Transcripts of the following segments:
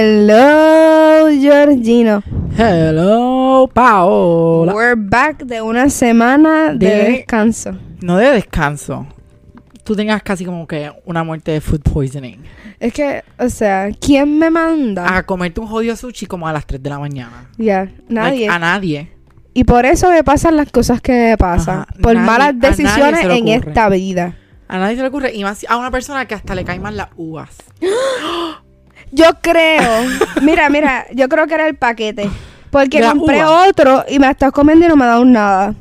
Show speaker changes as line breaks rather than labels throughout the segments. Hello, Georgino.
Hello, Paola.
We're back de una semana de,
De-
descanso.
No de descanso. Tú tengas casi como que una muerte de food poisoning.
Es que, o sea, ¿quién me manda?
A comerte un jodido sushi como a las 3 de la mañana.
Ya, nadie.
Like, ah. a nadie.
y por eso me pasan las cosas que me pasan.
Ajá,
por
nadie- a
malas
nadie se le
decisiones en
ocurre.
esta vida.
A nadie se le ocurre. Y más a una persona que hasta le caen mal las uvas.
Yo creo. mira, mira, yo creo que era el paquete. Porque
¿De la
compré
uva?
otro y me estás comiendo y no me ha dado nada.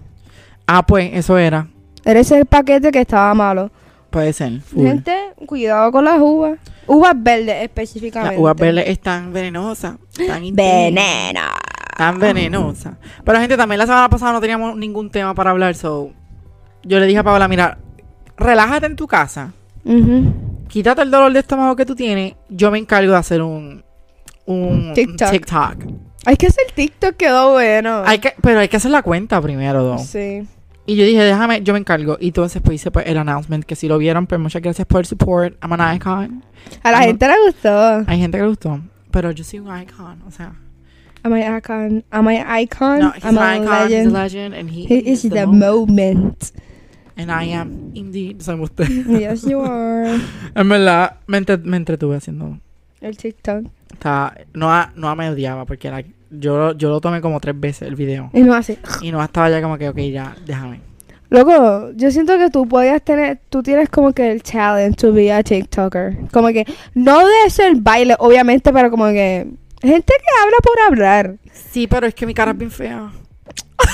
Ah, pues, eso era.
Era ese el paquete que estaba malo.
Puede ser. full.
Gente, cuidado con las uvas. Uvas verdes específicamente.
Las uvas verdes están venenosas. Tan intensas,
Veneno.
Tan venenosas. Pero, gente, también la semana pasada no teníamos ningún tema para hablar. So, yo le dije a Paola, mira, relájate en tu casa.
Ujú.
quítate el dolor de estómago que tú tienes, yo me encargo de hacer un, un
TikTok.
TikTok.
Ay, que ese TikTok quedó bueno.
Hay que, pero hay que hacer la cuenta primero, Don.
Sí.
Y yo dije, déjame, yo me encargo. Y entonces pues hice pues, el announcement, que si lo vieron, pues muchas gracias por el support. I'm an icon.
A la
Ama-
gente le gustó.
Hay gente que le gustó, pero yo soy un icon, o sea.
Am I icon? Am I icon?
No, he's
Am I
an icon, he's a legend, and he,
He is the moment.
And I am, indeed, soy usted.
Yes, you are.
en verdad, me, entre- me entretuve haciendo.
El TikTok.
Estaba, no, a- no a me odiaba, porque era- yo, yo lo tomé como tres veces el video.
Y no así.
Y no estaba ya como que, ok, ya, déjame.
Loco, yo siento que tú podías tener, tú tienes como que el challenge to be a TikToker. Como que, no de ser baile, obviamente, pero como que, gente que habla por hablar.
Sí, pero es que mi cara es bien fea.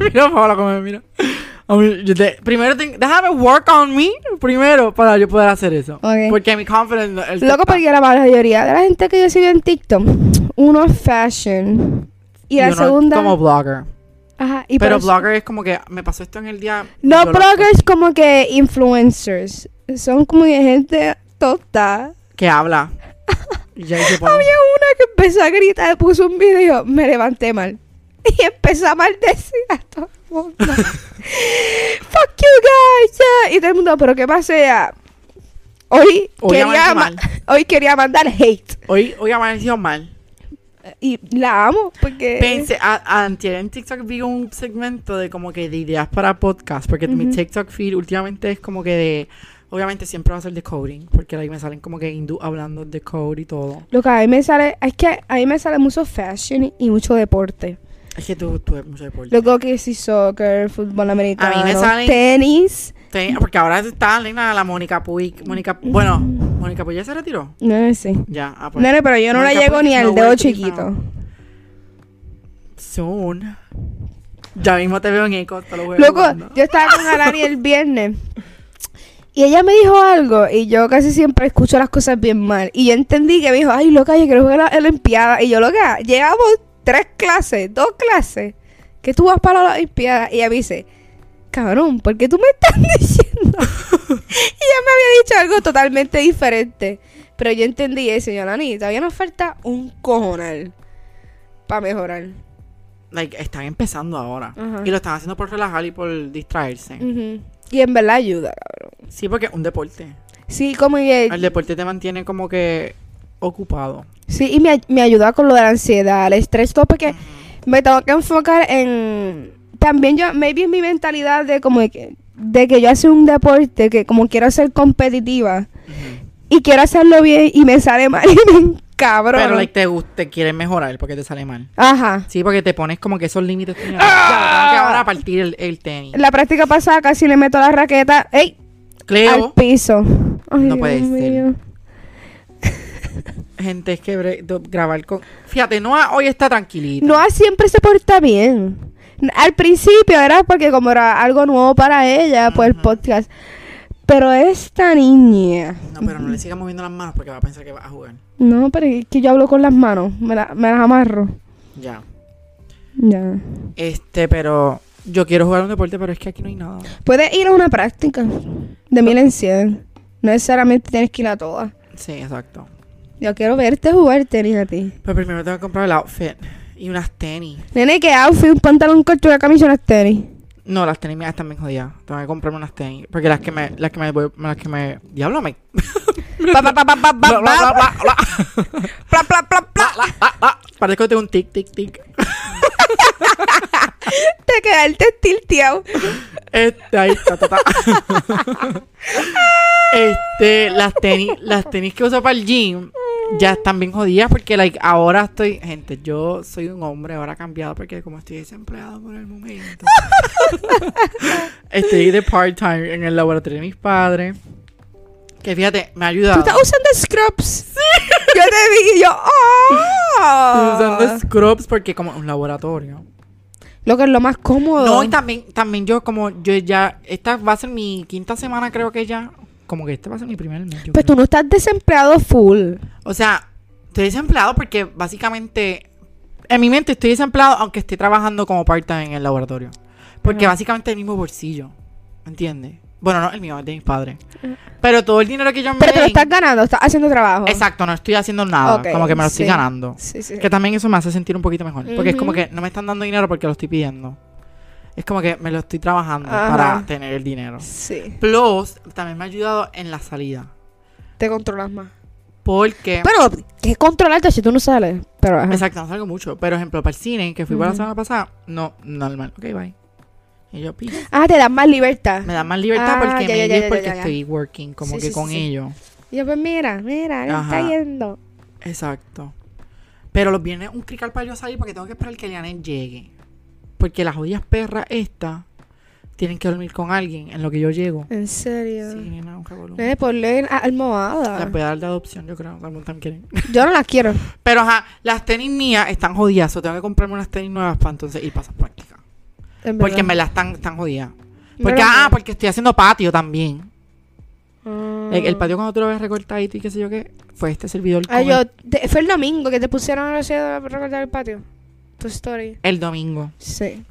mira, Paola, cómo me mira. A mí, yo te- primero, te- déjame work on me primero para yo poder hacer eso.
Ok.
Porque mi confidence. no- el-
Loco, porque la mayoría de la gente que yo sigo en TikTok, uno es fashion. Y la
uno
segunda.
Como blogger.
ajá, y
pero
por-
blogger es como que me pasó esto en el día.
No,
yo lo-
bloggers como que influencers. Son como que gente tota.
Que habla. Y ya se pone-
Había una que empezó a gritar, puso un video y dijo, me levanté mal. Y empezó a maldecir a todo el mundo. Fuck you guys. yeah. Y todo el mundo, pero qué pasea. Hoy,
Hoy
quería ma-
amaneció mal.
hoy quería mandar hate.
Hoy, hoy amaneció mal.
Y la amo porque...
Pensé, a, antier en TikTok vi un segmento de como que de ideas para podcast, porque mi
Ujú.
TikTok feed últimamente es como que de, obviamente siempre va a ser de coding, porque ahí me salen como que hindú hablando de code y todo.
Lo que a mí me sale, es que a mí me sale mucho fashion y mucho deporte.
Es que tú, tú eres mucho deporte.
Luego que sí, soccer, fútbol americano,
salen-
tenis.
Te- porque ahora está nena, la Mónica Puig, Mónica, bueno, Mónica Puig ya se retiró.
No, no sé.
Ya, ah, pues.
Nene, pero yo no le
Mónica
llego
Puig,
ni al
no
dedo
way to be
chiquito.
found. Soon. Ya mismo te veo en eco, te lo voy
Loco,
jugando.
yo estaba con Alani el viernes. Y ella me dijo algo, y yo casi siempre escucho las cosas bien mal. Y yo entendí que me dijo, ay, loca, yo quiero jugar a la Olimpiada. Y yo, loca, llevamos tres clases, dos clases, que tú vas para la Olimpiada. Y ella me dice, cabrón, ¿por qué tú me estás diciendo? y ella me había dicho algo totalmente diferente. Pero yo entendí eso, y yo, Alani, todavía nos falta un cojonal para mejorar.
Like, están empezando ahora.
Ajá. Mm.
Y lo están haciendo por relajar y por distraerse.
Ujú. Y en verdad ayuda, cabrón.
Sí, porque es un deporte.
Sí, como que
El deporte te mantiene como que ocupado.
Sí, y me, ay- me ayuda con lo de la ansiedad, el estrés, todo, porque me tengo que enfocar en... También yo, maybe es mi mentalidad de como de que, de que yo hago un deporte, que como quiero ser competitiva y quiero hacerlo bien y me sale mal y me cabrón.
Pero like, te, gust- te quieres mejorar porque te sale mal.
Ajá.
Sí, porque te pones como que esos límites. tú tienes-
¡Ah!
Ya, tengo que ahora partir el, el tenis.
La práctica pasada casi le meto la raqueta ¡ey! al
Cleo.
piso. Ay,
No puede
Dios
ser.
mío.
Gente, es que bre- do- grabar con... Fíjate, Noah hoy está tranquilita.
Noah siempre se porta bien. N- Al principio era porque como era algo nuevo para ella, pues el podcast. Pero esta niña...
No, pero no le sigas moviendo las manos porque va a pensar que vas a jugar.
No, pero es que yo hablo con las manos, me, la- me las amarro.
Ya.
Ya.
Este, pero... Yo quiero jugar un deporte, pero es que aquí no hay nada.
Puedes ir a una práctica de mil en cien. No necesariamente tienes que ir a todas.
Sí, exacto.
Yo quiero verte jugar tenis a ti.
Pero primero tengo que comprar el outfit y unas tenis.
Nene, que outfit, un pantalón corto, una camisa, unas tenis.
No, las tenis mías están bien jodidas. Tengo que comprarme unas tenis. Porque las que me, las que me voy- las que me. Diablo, me.
Pa, pa, pa, pa, pa,
Bla,
pa,
bla, bla,
pa.
bla, bla.
Pla, pla, pla, pla.
Bla, bla, bla. Parezco que tengo un tic, tic, tic.
Te quedaste tilteado.
Este, ahí, ta, ta, ta. Este, las tenis, las tenis que uso para el gym ya están bien jodidas porque like, ahora estoy, gente, yo soy un hombre ahora cambiado porque como estoy desempleado por el momento. estoy de part-time en el laboratorio de mis padres. Que fíjate, me ha
Tú
ayudado.
estás usando scrubs. Yo te vi y yo.
Estoy usando
¡Oh!
scrubs porque como un laboratorio.
Lo que es lo más cómodo.
No, y también, también yo como yo ya, esta va a ser mi quinta semana creo que ya, como que este va a ser mi primer mes. yo
Pero Pues tú
creo.
no estás desempleado full.
O sea, estoy desempleado porque básicamente, en mi mente estoy desempleado aunque esté trabajando como part-time en el laboratorio. Porque
Ajá.
básicamente es el mismo bolsillo, ¿entiendes? Bueno, no el mío, es de mis padres. Pero todo el dinero que yo me
Pero te lo
den-
estás ganando, estás haciendo trabajo.
Exacto, no estoy haciendo nada,
Ok,
como que me lo estoy
sí.
ganando.
Sí, sí.
Que también eso me hace sentir un poquito mejor. Porque es como
Ujú.
que no me están dando dinero porque lo estoy pidiendo. Es como que me lo estoy trabajando
Ajá.
para tener el dinero.
Sí.
Plus, también me ha ayudado en la salida.
Te controlas más.
Porque.
Bueno, que controlarte si tú no sales. Pero ajá.
exacto, no salgo mucho. Pero, ejemplo, para el cine, que fui para la
Ujú.
semana pasada, no, normal. Ok, bye. Y yo, "Peace".
Ah, te dan más libertad.
Me da más libertad
Ah,
porque,
ya, ya,
maybe
ya,
porque
ya, ya.
estoy working, como
Sí,
que
sí,
con
sí, sí.
ellos.
Y yo, pues mira, mira, él
Ajá.
está yendo.
Exacto. Pero los viernes un crical para yo salir porque tengo que esperar que Lianen llegue. Porque las jodidas perras estas tienen que dormir con alguien en lo que yo llego.
En serio.
Sí, nena, un revolú.
Nene, ponle a- almohada.
Las voy a dar de adopción, yo creo. También, también quieren.
Yo no las quiero.
Pero ajá, las tenis mías están jodidas. o tengo que comprarme unas tenis nuevas para entonces ir para esas prácticas.
en
Porque
verdad.
me las están, están jodidas.
No
Porque,
las
ah,
quiero.
porque estoy haciendo patio también.
Ah.
El, el patio cuando tú lo ves recortadito y qué sé yo qué, fue este servidor.
Ah,
con
yo.
el-
te- fue el domingo que te pusieron a la ciudad para recordar el patio. Tu story.
el domingo.
Sí.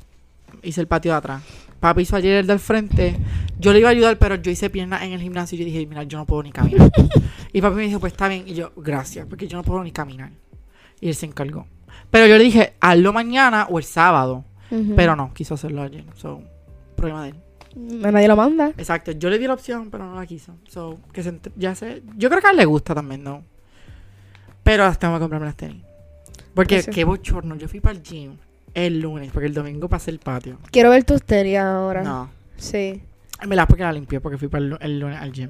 hice el patio de atrás. Papi hizo ayer el del frente. Yo le iba a ayudar, pero yo hice piernas en el gimnasio y yo dije, mira, yo no puedo ni caminar. y papi me dijo, pues está bien. Y yo, gracias, porque yo no puedo ni caminar. Y él se encargó. Pero yo le dije, hazlo mañana o el sábado.
Ujú.
Pero no, quiso hacerlo ayer. So, problema de él.
A nadie lo manda.
Exacto, yo le di la opción, pero no la quiso. So, que se ent- ya sé. Yo creo que a él le gusta también, ¿no? Pero las tengo que comprarme las tenis. Porque
Gracias.
qué bochorno. Yo fui para el gym el lunes, porque el domingo pasé el patio.
Quiero ver tu histeria ahora.
No.
Sí.
En verdad porque la limpié, porque fui para el, lu- el lunes al gym.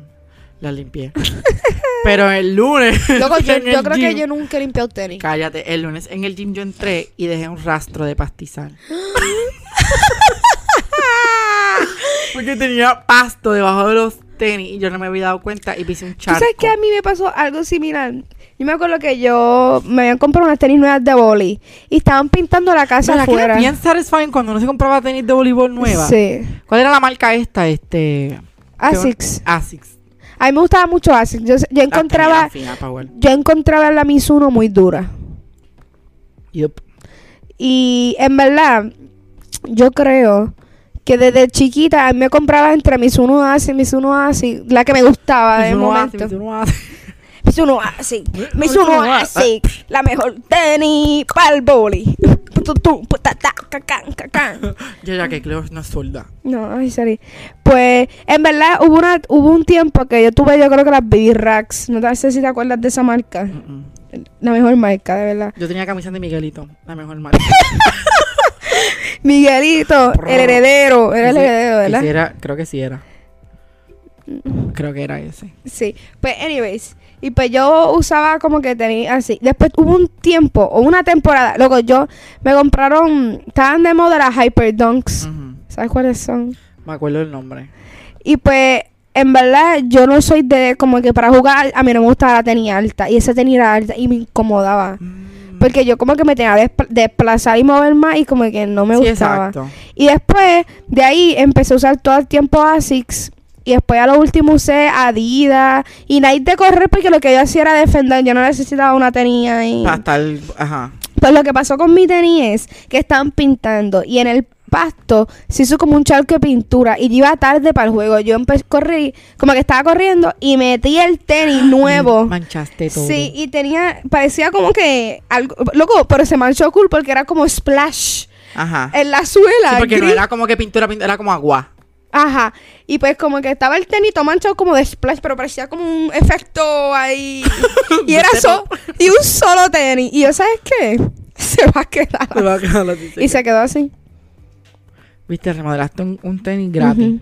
La limpié. Pero el lunes.
Loco, yo,
en el
yo creo que
gym-
yo nunca he limpiado tenis.
Cállate, el lunes en el gym yo entré y dejé un rastro de pastizal. porque tenía pasto debajo de los tenis y yo no me había dado cuenta y pise un
¿Tú
charco.
sabes que a mí me pasó algo similar? Yo me acuerdo que yo me habían comprado unas tenis nuevas de boli y estaban pintando la casa
¿Verdad que era
afuera.
bien satisfying cuando uno se compraba tenis de voleibol nueva?
Sí.
¿Cuál era la marca esta? Este...
Asics.
Asics.
A mí me gustaba mucho Asics. Yo, yo
Las tenis eran
encontraba
finas, Powell.
yo encontraba la Mizuno muy dura.
Yup.
Y en verdad, yo creo que desde chiquita a mí me compraba entre Mizuno Asics, Mizuno Asics, la que me gustaba Ah, de
Mizuno Asics,
momento.
Mizuno Asics.
Mizuno Asics. Ah, Mizuno
Mizuno Asics.
Asics, la mejor tenis para el boli. Pututum, putata, cacán, cacán.
Ya, ya, que Cleo no es zurda.
No, ay, sorry. Pues, en verdad, hubo una, hubo un tiempo que yo tuve, yo creo que las BB Racks. No te- sé si te acuerdas de esa marca. La mejor marca, de verdad.
Yo tenía camisa de Miguelito, la mejor marca.
Miguelito, el heredero. Era el
Ese-
heredero, ¿verdad?
ese era- creo que sí era. Creo que era ese.
Sí. Pues, anyways. Y pues yo usaba como que tenía así. Después hubo un tiempo, o una temporada. Loco, yo me compraron. Estaban de moda las Hyper Dunks. ¿Sabes cuáles son?
Me acuerdo el nombre.
Y pues, en verdad, yo no soy de como que para jugar, a mí no me gustaba la tenis alta. Y esa tenis era alta y me incomodaba.
Mm.
Porque yo como que me tenía que despl- desplazar y mover más y como que no me
sí,
gustaba.
exacto.
Y después, de ahí, empecé a usar todo el tiempo ASICS. Y después a lo último usé Adidas y Nike de correr porque lo que yo hacía era defender. Yo no necesitaba una tenis ahí.
Para estar. Ajá.
Pues lo que pasó con mi tenis es que estaban pintando y en el pasto se hizo como un charco de pintura y yo iba tarde para el juego. Yo empecé corrí, como que estaba corriendo y metí el tenis nuevo.
Mm, Manchaste todo.
Sí, y tenía, parecía como que algo, loco, pero se manchó cool porque era como splash
Ajá.
en la suela.
Sí, porque no
gris.
era como que pintura, pintura, era como agua.
Ajá. Y pues como que estaba el tenis todo manchado como de splash, pero parecía como un efecto ahí. y era solo, y un solo tenis. Y yo, ¿sabes qué? Se va a quedar.
Me va a quedar la
Y se quedó así.
Viste, remodelaste un, un tenis gratis.
Ujú.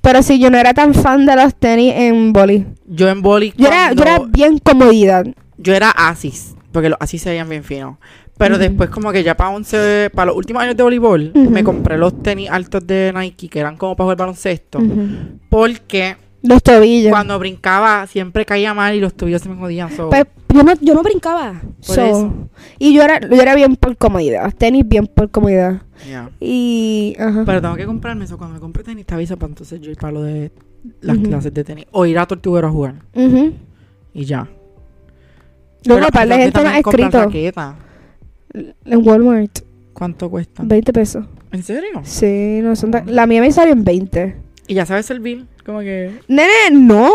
Pero si yo no era tan fan de los tenis en boli.
Yo en boli
Yo era, yo era
cuando-
bien comodidad.
yo era Asis, porque los Asis se veían bien finos. Pero
Ujú.
después como que ya para 11, para los últimos años de voleibol,
Ujú.
me compré los tenis altos de Nike, que eran como para jugar baloncesto,
Ujú.
porque
Los tobillos.
cuando brincaba siempre caía mal y los tobillos se me jodían. so,
Pues, yo no, yo no brincaba.
Por
So,
eso.
Y yo era, yo era bien por comodidad. Los Tenis bien por comodidad.
yeah.
Y. Ajá.
Pero tengo que comprarme eso. Cuando me compré tenis, te aviso para entonces yo ir para lo de las
Ujú.
clases de tenis. O ir a Tortuguero a jugar.
Ujú.
Y ya.
Luego, para
Pero
la
tengo que
gente nos ha
también comprar
escrito
raqueta.
en Walmart.
¿Cuánto cuesta?
20 pesos.
¿En serio?
Sí, no son tan- La mía me salió en 20.
Y ya sabes servir. Como que...
Nene, no.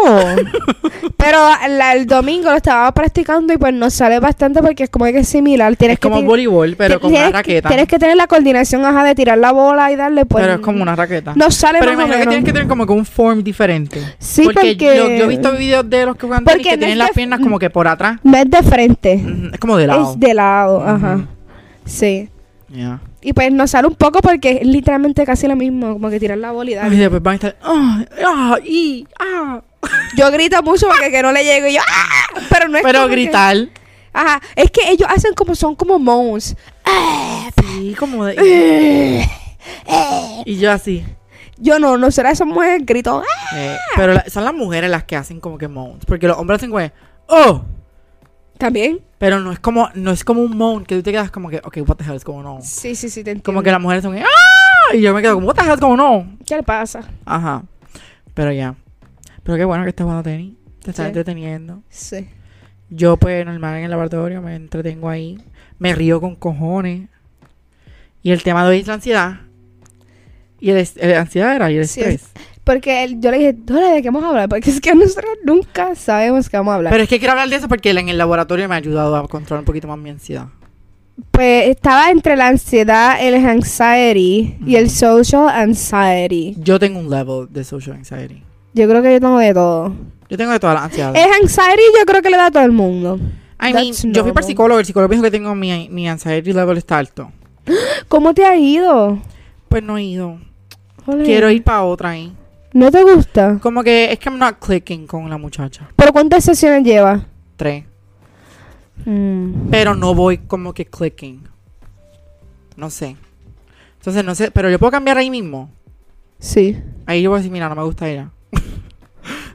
Pero ah, la- el domingo lo estaba practicando y pues nos sale bastante porque es como que es similar. Tienes
es como
que ti-
voleibol, pero
ti-
con una
tienes-
raqueta.
Tienes que tener la coordinación, ajá, de tirar la bola y darle pues.
pero es como una raqueta.
No sale
pero
más o
imagino que
menos.
tienen que tener como que un form diferente.
Sí,
porque,
porque-
Yo, yo he visto videos de los que juegan tenis
Porque
que
no
tienen
es
las
de-
piernas como que por atrás.
No es de frente.
Ujú, Es como Mm, de lado.
Es de lado, ajá.
Ujú.
Sí.
Yeah.
Y pues nos sale un poco porque es literalmente casi lo mismo, como que tirar la bola y
Y
darle.
después van a estar... ¡Ah! ¡Ah! ¡Y! ¡Ah!
Yo grito mucho para que no le llegue y yo ¡ah! Pero no es
Pero
como que-
gritar...
Ajá, es que ellos hacen como son como moans. Eh, ¡Ah!
Sí, como de...
eh.
Y yo así.
Yo no, nosotras somos el grito. ¡ah!
Eh, pero la- son las mujeres las que hacen como que moans. Porque los hombres hacen como... que, ¡Oh!
También.
Pero no es como, no es como un moan que tú te quedas como que... Ok, what the hell, es como no.
Sí, sí, sí, te entiendo.
Como que las mujeres son... que, ¡Ah! Y yo me quedo como... What the hell, es como no.
¿Qué le pasa?
Ajá. Pero ya. Pero qué bueno que estás jugando tenis. Te estás
Sí.
entreteniendo.
Sí.
Yo pues normal en el laboratorio me entretengo ahí. Me río con cojones. Y el tema de hoy es la ansiedad. Y el, est- la ansiedad era y el
Sí,
estrés.
Porque él- yo le dije, Dora, ¿de qué vamos a hablar? Porque es que nosotros nunca sabemos qué vamos a hablar.
Pero es que quiero hablar de eso porque en el laboratorio me ha ayudado a controlar un poquito más mi ansiedad.
pues estaba entre la ansiedad, el anxiety y el
Ujú.
social anxiety.
Yo tengo un level de social anxiety.
Yo creo que yo tengo de todo.
Yo tengo de todas las ansiedades.
El anxiety yo creo que le da a todo el mundo.
I mean,
Eh, that's
yo fui para
normal.
el psicólogo. El psicólogo dijo que tengo mi, mi anxiety level está alto.
¿Cómo te ha ido?
Pues no he ido.
Ole.
Quiero ir para otra ahí.
¿No te gusta?
Como que es que I'm not clicking con la muchacha.
¿Pero cuántas sesiones lleva?
Tres. Pero no voy como que clicking. No sé. Entonces no sé. Pero yo puedo cambiar ahí mismo.
Sí.
Ahí yo voy a decir, mira, no me gusta ella.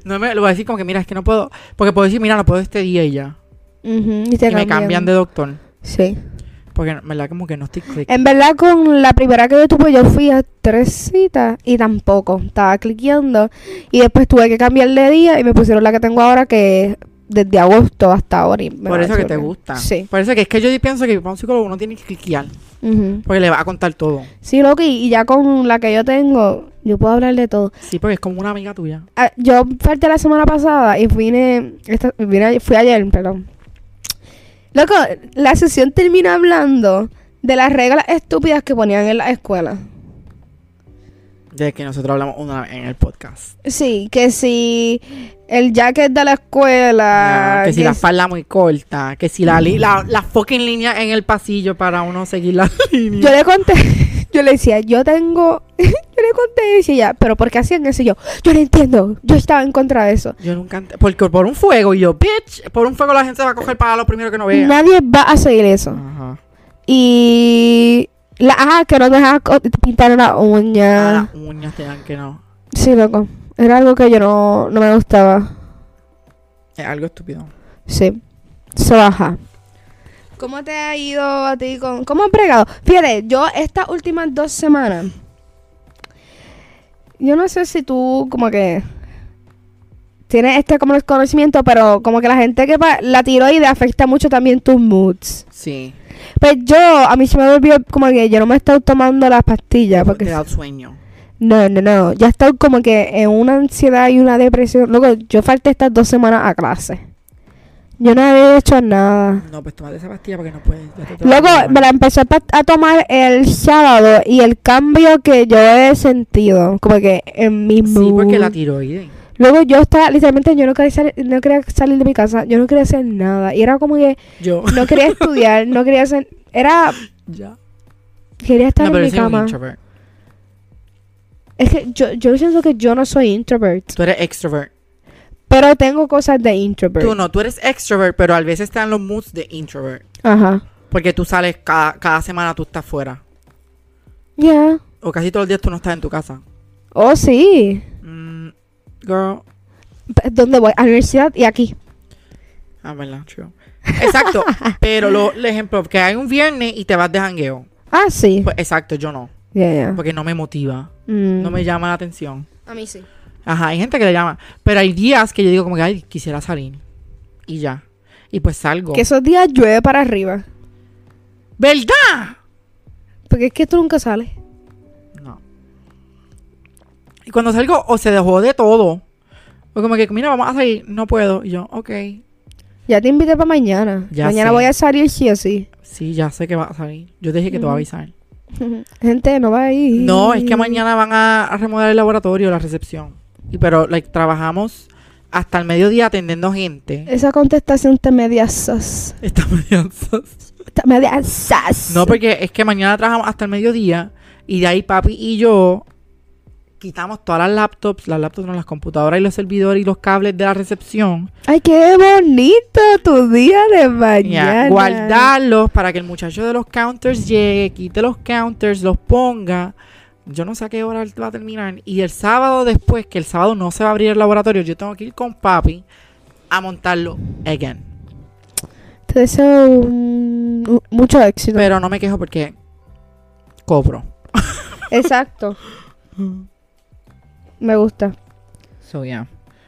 no me lo voy a decir como que, mira, es que no puedo. Porque puedo decir, mira, no puedo este día y ya.
Ujú, Y, te
y me cambian de doctor.
Sí.
Porque en verdad como que no estoy click.
En verdad, con la primera que yo tuve, yo fui a tres citas y tampoco. Estaba cliqueando. Y después tuve que cambiar de día y me pusieron la que tengo ahora, que es desde agosto hasta ahora. y me
Por
la
eso que te
resolvieron.
gusta.
Sí.
Por eso que es que yo pienso que para un psicólogo uno tiene que cliquear.
Ujú.
Porque le va a contar todo.
Sí, Loki, y ya con la que yo tengo, yo puedo hablar de todo.
Sí, porque es como una amiga tuya.
Ah, yo falté la semana pasada y vine, esta- vine- fui ayer, perdón. Loco, la sesión termina hablando de las reglas estúpidas que ponían en la escuela.
De que nosotros hablamos una vez en el podcast.
Sí, que si el jacket de la escuela.
Ya, Ah, que si la
si-
falda muy corta, que si la, li- la, la fucking línea en el pasillo para uno seguir la línea.
Yo le conté, yo le decía, yo tengo. yo le conté y decía, ya, pero ¿por qué hacían eso? Y yo, yo no entiendo, yo estaba en contra de eso.
Yo nunca... ent- Porque por un fuego, y yo, bitch, por un fuego la gente se va a coger para lo primero que no Oh, vea.
Nadie va a seguir eso.
Ajá.
Y. La, ajá, que no te dejaban co- pintar la uña.
Ah, las uñas te dan que no.
Sí, loco. Era algo que yo no, no me gustaba.
Es algo estúpido.
Sí. Se baja. ¿Cómo te ha ido a ti con.? ¿Cómo has bregado? Fíjate, yo estas últimas dos semanas. Yo no sé si tú, como que. Tienes este como conocimiento, pero como que la gente que. pa- La tiroides afecta mucho también tus moods.
Sí.
Pues yo, a mí se me olvidó como que yo no me he estado tomando las pastillas. Porque
Porque te da sueño.
No, no, no. Ya he estado como que en una ansiedad y una depresión. Luego, yo falté estas dos semanas a clase. Yo no había hecho nada.
No, pues tomate esa pastilla porque no puedes. ya te- te va a
Luego
poner
me
mal.
la empecé a pa- a tomar el sábado y el cambio que yo he sentido, como que en mi
Sí, porque
mood.
la tiroides.
Luego yo estaba, literalmente yo no quería, sal- no quería salir de mi casa, yo no quería hacer nada. Y era como que
Yo.
no quería estudiar, no quería hacer, era,
ya.
quería estar
No,
en
pero
mi
yo soy un
cama.
introvert.
Es que yo, yo siento que yo no soy introvert,
Tú eres extrovert.
pero tengo cosas de introvert.
Tú no, tú eres extrovert, pero a veces están los moods de introvert.
Ajá.
Porque tú sales cada, cada semana, tú estás fuera.
Ya.
O casi todos los días tú no estás en tu casa.
Oh, sí.
Mm, girl.
P- ¿Dónde voy? A la universidad y aquí.
Ah, verdad, true. Exacto. pero lo, el ejemplo, que hay un viernes y te vas de jangueo.
Ah, sí.
Pues exacto, yo no.
Ya, ya.
Porque no me motiva.
Mm.
No me llama la atención.
A mí sí.
Ajá, hay gente que le llama. Pero hay días que yo digo como que, ay, quisiera salir. Y ya. Y pues salgo.
Que esos días llueve para arriba.
¿Verdad?
Porque es que tú nunca sales.
No. Y cuando salgo, o se dejó de todo. O como que, mira, vamos a salir. No puedo. Y yo, ok.
Ya te invité para mañana.
Ya
mañana
sé.
voy a salir sí o sí.
Sí, ya sé que vas a salir. Yo te dije que te voy a
Ujú.
avisar.
Gente, no va a ir.
No, es que mañana van a, a remodelar el laboratorio, la recepción. Y pero, like, trabajamos hasta el mediodía atendiendo gente.
Esa contestación está media sus.
Estamos
Está media sus.
No, porque es que mañana trabajamos hasta el mediodía y de ahí papi y yo quitamos todas las laptops, las laptops no, las computadoras y los servidores y los cables de la recepción
Ay, qué bonito tu día de
y
mañana.
a guardarlos para que el muchacho de los counters llegue, quite los counters, los ponga. Yo no sé a qué hora él va a terminar. Y el sábado después, que el sábado no se va a abrir el laboratorio, yo tengo que ir con papi a montarlo again.
Te deseo mm, mucho éxito.
Pero no me quejo porque cobro.
Exacto. Me gusta.
So yeah.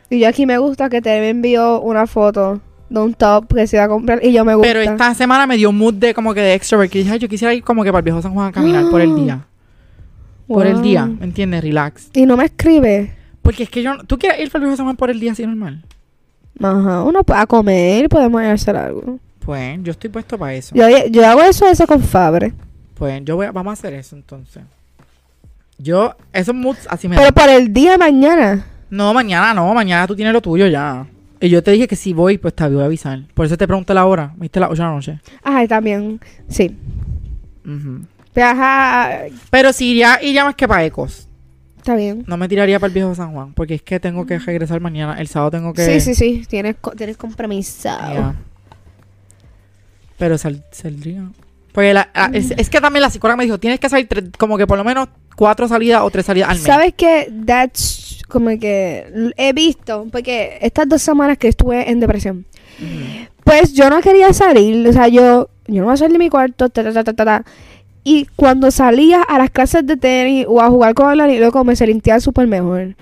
Y yo aquí me gusta que te envió una foto de un top que se iba a comprar y yo me gusta.
Pero esta semana me dio mood de como que de extrovert. Que dije, "Ay, yo quisiera ir como que para el viejo San Juan a caminar por el día. Por el
Wow.
día, ¿me entiendes? Relax.
Y no me escribe.
Porque es que yo. ¿Tú quieres ir para el viejo San Juan por el día así normal?
Ajá, uno puede- a comer, podemos ir a hacer algo.
Pues yo estoy puesto para eso.
Yo, yo hago eso eso con Fabre.
Pues yo voy a- vamos a hacer eso entonces. Yo, esos moods así me
Pero
dan.
por el día de mañana.
No, mañana no, mañana tú tienes lo tuyo ya. Y yo te dije que si voy, pues te voy a avisar. Por eso te pregunté la hora. ¿Viste las 8 de la noche?
Ay, también. Sí.
Ujú.
Pero ajá,
Pero si iría, iría más que para Ecos.
está bien.
No me tiraría para el viejo San Juan. Porque es que tengo que regresar mañana. El sábado tengo que.
Sí, sí, sí. Tienes, co- tienes compromisado.
Ya. Pero sal- saldría. Porque la- la- es, es que también la psicóloga me dijo, tienes que salir tres- como que por lo menos cuatro salidas o tres salidas al mes.
¿Sabes qué? That's como que l- he visto, porque estas dos semanas que estuve en depresión,
Ujú.
pues yo no quería salir, o sea, yo, yo no voy a salir de mi cuarto, ta, ta, ta, ta, ta, ta. Y cuando salía a las clases de tenis o a jugar con Alan y loco, me sentía súper mejor.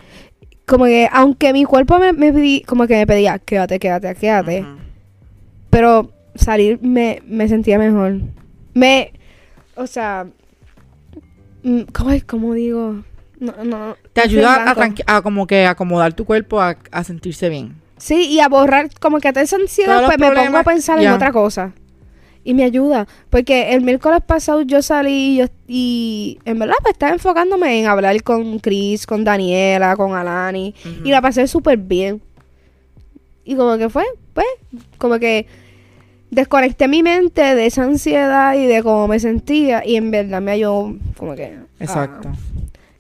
Como que, aunque mi cuerpo me, me pedí- como que me pedía, quédate, quédate, quédate.
Ujú.
Pero salir me, me sentía mejor. Me, o sea, mm, ¿cómo, es? ¿Cómo digo? No, no,
Te
estoy en
ayuda a,
blanco.
tranqui- a como que acomodar tu cuerpo a, a sentirse bien.
Sí, y a borrar como que toda esa ansiedad,
Todos los
pues me pongo a
problemas,
pensar en
ya.
otra cosa. Y me ayuda. Porque el miércoles pasado yo salí y, yo- y en verdad pues estaba enfocándome en hablar con Chris, con Daniela, con Alani. Y la pasé súper bien. Y como que fue, pues, como que desconecté mi mente de esa ansiedad y de cómo me sentía. Y en verdad me ayudó como que... ah,
Exacto.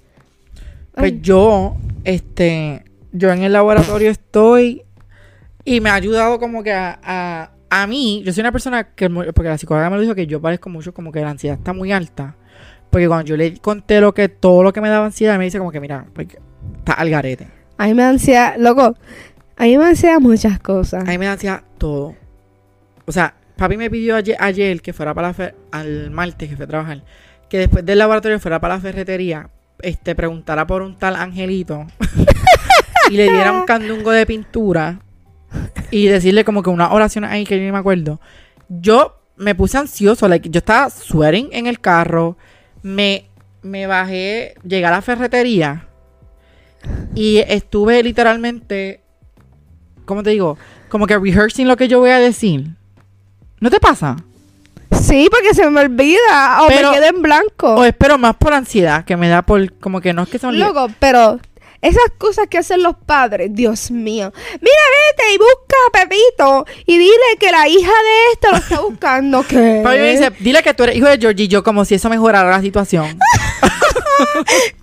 ay.
Pues yo, este, yo en el laboratorio estoy y me ha ayudado como que a, a, a mí, yo soy una persona que, mu- porque la psicóloga me lo dijo que yo parezco mucho como que la ansiedad está muy alta. Porque cuando yo le conté lo que, todo lo que me daba ansiedad, me dice como que, mira, pues, está al garete.
A mí me da ansiedad, loco. A mí me da ansiedad muchas cosas.
A mí me da ansiedad todo. O sea, papi me pidió ayer, ayer que fuera para la fer- al martes que fue a trabajar, que después del laboratorio fuera para la ferretería, este preguntara por un tal Angelito y le diera un candungo de pintura y decirle como que una oración ahí que yo ni me acuerdo. Yo me puse ansioso, like, yo estaba sweating en el carro, me, me bajé, llegué a la ferretería y estuve literalmente, ¿cómo te digo? como que rehearsing lo que yo voy a decir. ¿No te pasa?
Sí, porque se me olvida o
Pero-
me quedo en blanco.
O espero más por ansiedad que me da por como que no es que son
Oh. Loco, pero esas cosas que hacen los padres, Dios mío. Mira, vete y busca a Pepito y dile que la hija de esto lo está buscando. ¿Qué?
Papi me dice, dile que tú eres hijo de Georgie y yo como si eso mejorara la situación.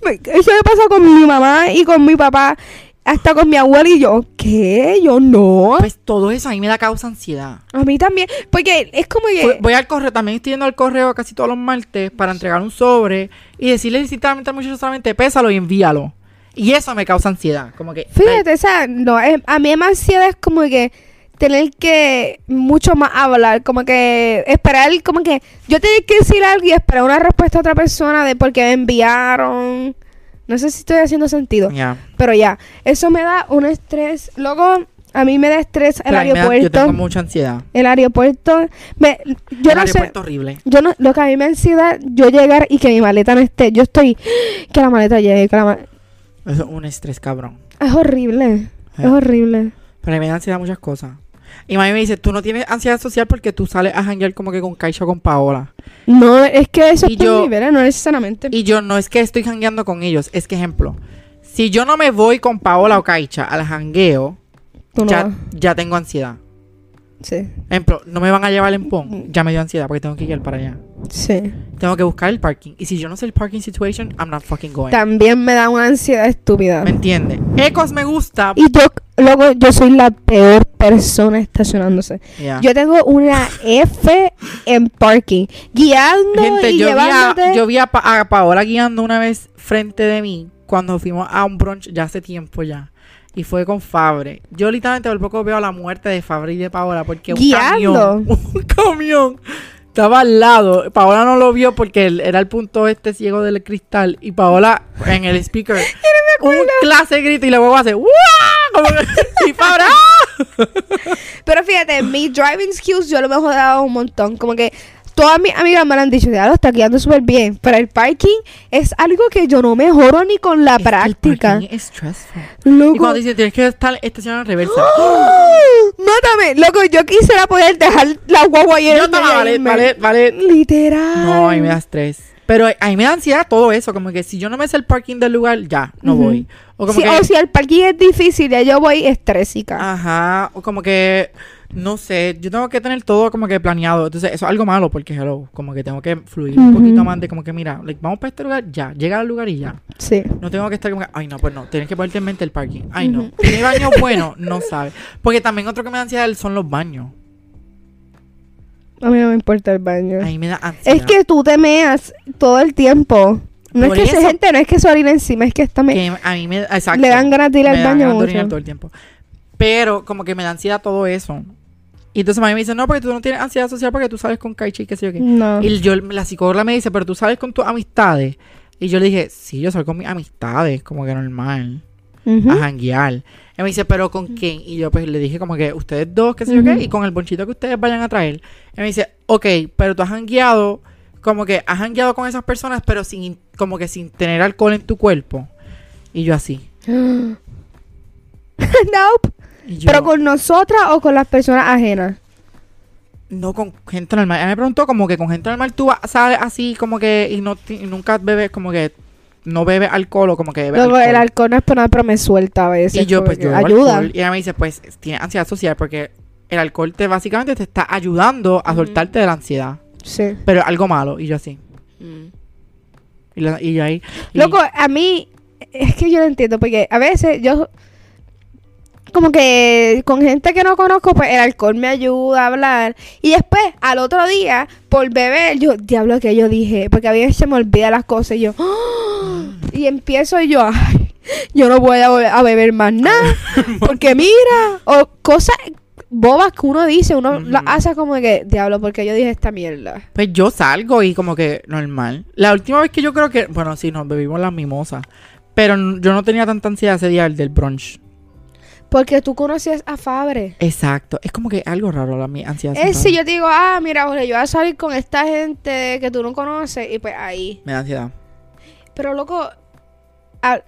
Me- Eso me pasó con mi mamá y con mi papá, hasta con mi abuela y yo. ¿Qué? Yo no.
Pues todo eso a mí me da causa ansiedad.
A mí también, porque es como que...
Voy- Voy al correo, también estoy yendo al correo casi todos los martes para entregar un sobre y decirle literalmente al muchacho solamente pésalo y envíalo. Y eso me causa ansiedad. Como que.
Fíjate, o sea, no, es- a mí más ansiedad es como que tener que mucho más hablar, como que esperar, como que yo tenía que decir algo y esperar una respuesta a otra persona de por qué me enviaron. No sé si estoy haciendo sentido,
Ya.
pero ya, eso me da un estrés. Luego, a mí me da estrés el
Pero a mí me da- yo tengo
aeropuerto.
mucha ansiedad.
El aeropuerto, me, yo
El
no sé,
aeropuerto horrible.
yo no, lo que a mí me da ansiedad, yo llegar y que mi maleta no esté, yo estoy, que la maleta llegue, que la ma-
Eso es un estrés cabrón.
es horrible, es
Eh.
horrible.
Pero a mí me da ansiedad muchas cosas. Y mami me dice, tú no tienes ansiedad social porque tú sales a janguear como que con Kaisha o con Paola.
No, es que eso
Y
es por
yo-
niveles, no necesariamente.
Y yo no es que estoy jangueando con ellos, es que ejemplo, si yo no me voy con Paola o Kaisha al jangueo,
Tú no
ya,
vas.
ya tengo ansiedad.
Sí,
Ejemplo, no me van a llevar en PON, ya me dio ansiedad porque tengo que ir para allá.
sí.
Tengo que buscar el parking. Y si yo no sé el parking situation, I'm not fucking going.
También me da una ansiedad estúpida.
¿Me entiendes? Ecos me gusta.
Y yo, luego, yo soy la peor persona estacionándose.
Yeah.
Yo tengo una F en parking. Guiando
Gente,
y
yo vi, a,
llevándote.
yo vi a, Pa- a Paola guiando una vez frente de mí cuando fuimos a un brunch ya hace tiempo ya. Y fue con Fabre. Yo literalmente por poco veo la muerte de Fabre y de Paola porque un
Guiando.
camión, un camión estaba al lado. Paola no lo vio porque él- era el punto este ciego del cristal. Y Paola en el speaker, un clase de grito y la huevo hace ¡Wow! y Fabre ¡ah!
Pero fíjate, mis driving skills yo lo me he jodado un montón. Como que todas mis amigas me lo han dicho, ya lo está guiando súper bien. Pero el parking es algo que yo no mejoro ni con la
Es que el
práctica.
parking Este, es stressful. Y
Loco.
cuando dicen tienes que estar estacionado en reversa.
Mátame, loco, yo quisiera poder dejar la guagua ahí en
Yo
el medio
estaba,
y
vale,
irme.
vale, vale.
Literal.
No, a mí me da estrés. Pero a mí me da ansiedad todo eso. Como que si yo no me sé el parking del lugar, ya, no
Ujú.
voy. O como
Sí,
que. Ah.
O si el parking es difícil, ya yo voy estrésica.
Ajá. O como que. No sé. Yo tengo que tener todo como que planeado. Entonces, eso es algo malo porque, hello, como que tengo que fluir un
Ujú.
poquito más de como que, mira, like, vamos para este lugar, ya. Llega al lugar y ya.
Sí.
No tengo que estar como que, ay, no, pues no. Tienes que ponerte en mente el parking. Ay, no.
Ujú.
¿Tiene baño bueno? No sabes. Porque también otro que me da ansiedad son los baños.
A mí no me importa el baño.
A mí me da ansiedad.
es que tú te meas todo el tiempo. No
Por
es que
eso.
esa gente, no es que se orina encima, es que esta me...
Que a mí me. Exacto.
le dan ganas de ir al
me dan
baño
ganas de
mucho.
orinar todo el tiempo. Pero como que me da ansiedad todo eso. Y entonces mami me dice, no, porque tú no tienes ansiedad social porque tú sales con Kaichi y qué sé yo qué.
No.
Y yo, la psicóloga me dice, pero tú sales con tus amistades. Y yo le dije, sí, yo salgo con mis amistades, como que normal,
Ujú.
a janguear. Y me dice, pero ¿con quién? Y yo pues le dije como que ustedes dos, qué sé yo
Ujú.
qué, y con el bonchito que ustedes vayan a traer. Y me dice, ok, pero tú has jangueado, como que has jangueado con esas personas, pero sin, como que sin tener alcohol en tu cuerpo. Y yo así.
Nope.
Y yo,
Pero con nosotras o con las personas ajenas.
No, con gente normal. Ella me preguntó como que con gente normal tú vas- sales así como que y, no, ti- y nunca bebes como que no bebes alcohol o como que bebes
Luego
alcohol.
el alcohol no es por nada, pero me suelta a veces.
y yo
como
pues
que,
yo bebo
ayuda.
alcohol. y ella me dice pues tienes ansiedad social porque el alcohol te básicamente te está ayudando a
Ujú.
soltarte de la ansiedad.
Sí.
Pero es algo malo y yo así. Y, la- y ahí. Mm. y-
Loco, a mí es que yo lo entiendo porque a veces yo como que con gente que no conozco, pues el alcohol me ayuda a hablar y después al otro día por beber yo diablo que yo dije, porque a veces se me olvida las cosas y yo ¡ah! y empiezo y yo ay, yo no voy a, volver a beber más nada porque mira o cosas bobas que uno dice, uno las
Ujú.
hace como que diablo porque yo dije esta mierda.
Pues yo salgo y como que normal. La última vez que yo creo que, bueno, sí, nos bebimos las mimosas. Pero n- yo no tenía tanta ansiedad ese día el del brunch.
Porque tú conocías a Fabre.
Exacto. Es como que algo raro la mi ansiedad.
Es
social.
si yo te digo, ah, mira, Jorge, yo voy a salir con esta gente que tú no conoces, y pues ahí.
Me da ansiedad.
Pero loco, al-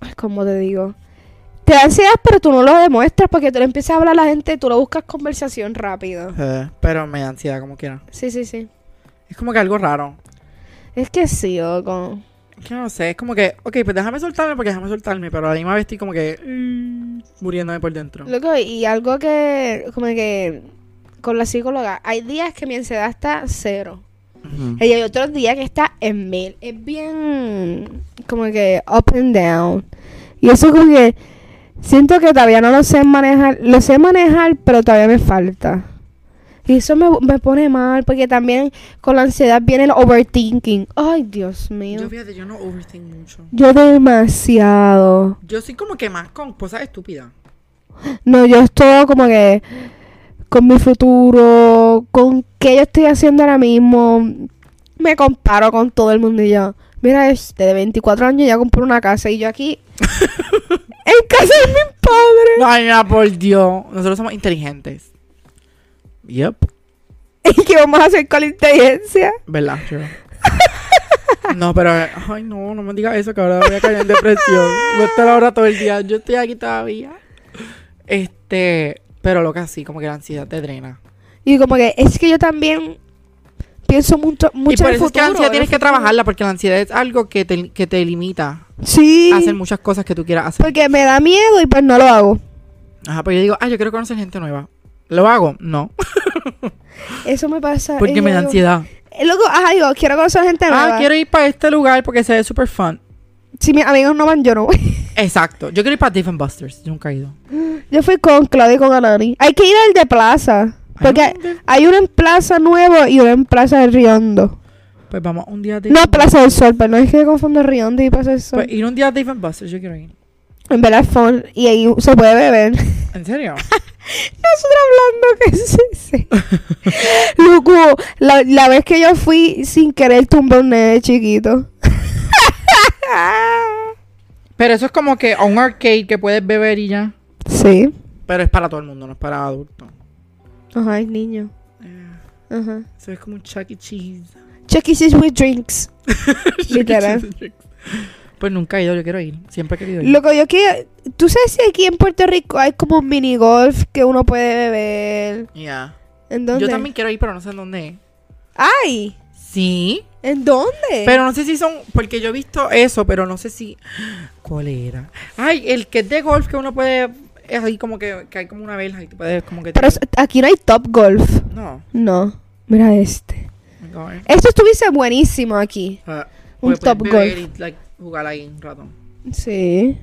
ay, ¿cómo te digo? Te da ansiedad, pero tú no lo demuestras porque tú le empiezas a hablar a la gente, tú lo buscas conversación rápido.
Eh, pero me da ansiedad como quiera.
Sí, sí, sí.
Es como que algo raro.
Es que sí, loco.
Es que no sé, es como que, ok, pues déjame soltarme porque déjame soltarme, pero a la misma vez estoy como que mm, muriéndome por dentro.
Loco, y algo que, como que, con la psicóloga, hay días que mi ansiedad está cero.
Ujú.
Y hay otros días que está en mil. Es bien como que up and down. Y eso como que siento que todavía no lo sé manejar. Lo sé manejar, pero todavía me falta. Y eso me, me pone mal, porque también con la ansiedad viene el overthinking. Ay, Dios
Yo
mío.
fíjate, yo no overthink mucho.
Yo demasiado.
Yo soy como que más con cosas estúpidas.
No, yo estoy como que con mi futuro, con qué yo estoy haciendo ahora mismo. Me comparo con todo el mundo y yo. Mira, este de 24 años ya compró una casa y yo aquí en casa de mi padre.
No, mira, por Dios. Nosotros somos inteligentes. Yep.
¿Y qué vamos a hacer con la inteligencia?
¿Verdad? No, pero, ay, no, no me digas eso, que ahora voy a caer en depresión. Voy a estar ahora todo el día. Yo estoy aquí todavía. Este, pero lo que así, como que la ansiedad te drena.
Y como que es que yo también pienso mucho, mucho
y por
en el
eso es que la
futuro,
ansiedad
en el
tienes que
futuro.
trabajarla, porque la ansiedad es algo que te, que te limita
Sí,
a hacer muchas cosas que tú quieras hacer.
porque me da miedo y pues no lo hago.
Ajá, pero yo digo, ah, yo quiero conocer gente nueva. ¿Lo hago? No,
Eso me pasa. y
porque
yo
me da
digo,
ansiedad.
Pues, eh, Loco, ajá, digo, quiero conocer gente nueva.
Ah, quiero ir para este lugar porque se ve súper fun.
Si mis amigos no van, yo no voy.
Exacto. Yo quiero ir para Dave and Busters. Yo nunca he ido.
Yo fui con Claudia y con Anani. Hay que ir al de Plaza. Porque
Ay,
hay,
no, de-
uno en Plaza Nuevo y uno en Plaza del Riondo.
Pues vamos un día a Dave
No,
and
Plaza del Sol, pero no es que confundo Riondo y Plaza del Sol.
Pues ir un día a Dave and Buster's, yo quiero ir.
en Belafón y ahí se puede beber.
¿En serio?
Nosotros hablando que sí, sí. Luco, la, la vez que yo fui sin querer tumbé un nene chiquito.
Pero eso es como que a un arcade que puedes beber y ya.
sí.
Pero es para todo el mundo, no es para adultos.
Ajá, el niño.
Eh,
Ajá.
Eso es como un Chuck E. Cheese.
Chuck E. Cheese with drinks.
Chuck E.
Literal.
Cheese. Pues nunca he ido, yo quiero ir. Siempre he querido ir.
Loco, yo que. ¿Tú sabes si aquí en Puerto Rico hay como un mini golf que uno puede beber?
Ya.
¿En dónde?
Yo también quiero ir, pero no sé en dónde es.
¡Ay!
Sí.
¿En dónde?
Pero no sé si son, porque yo he visto eso, pero no sé si. ¿Cuál era? Ay, el que es de golf que uno puede. Es ahí como que, que hay como una verja y tú puedes como que.
Pero es- aquí no hay top golf.
No.
No. Mira este.
me acabo de ver.
Esto estuviese buenísimo aquí.
Ah,
Un
porque puedes
Top
beber Y, like, jugar ahí un rato.
Sí.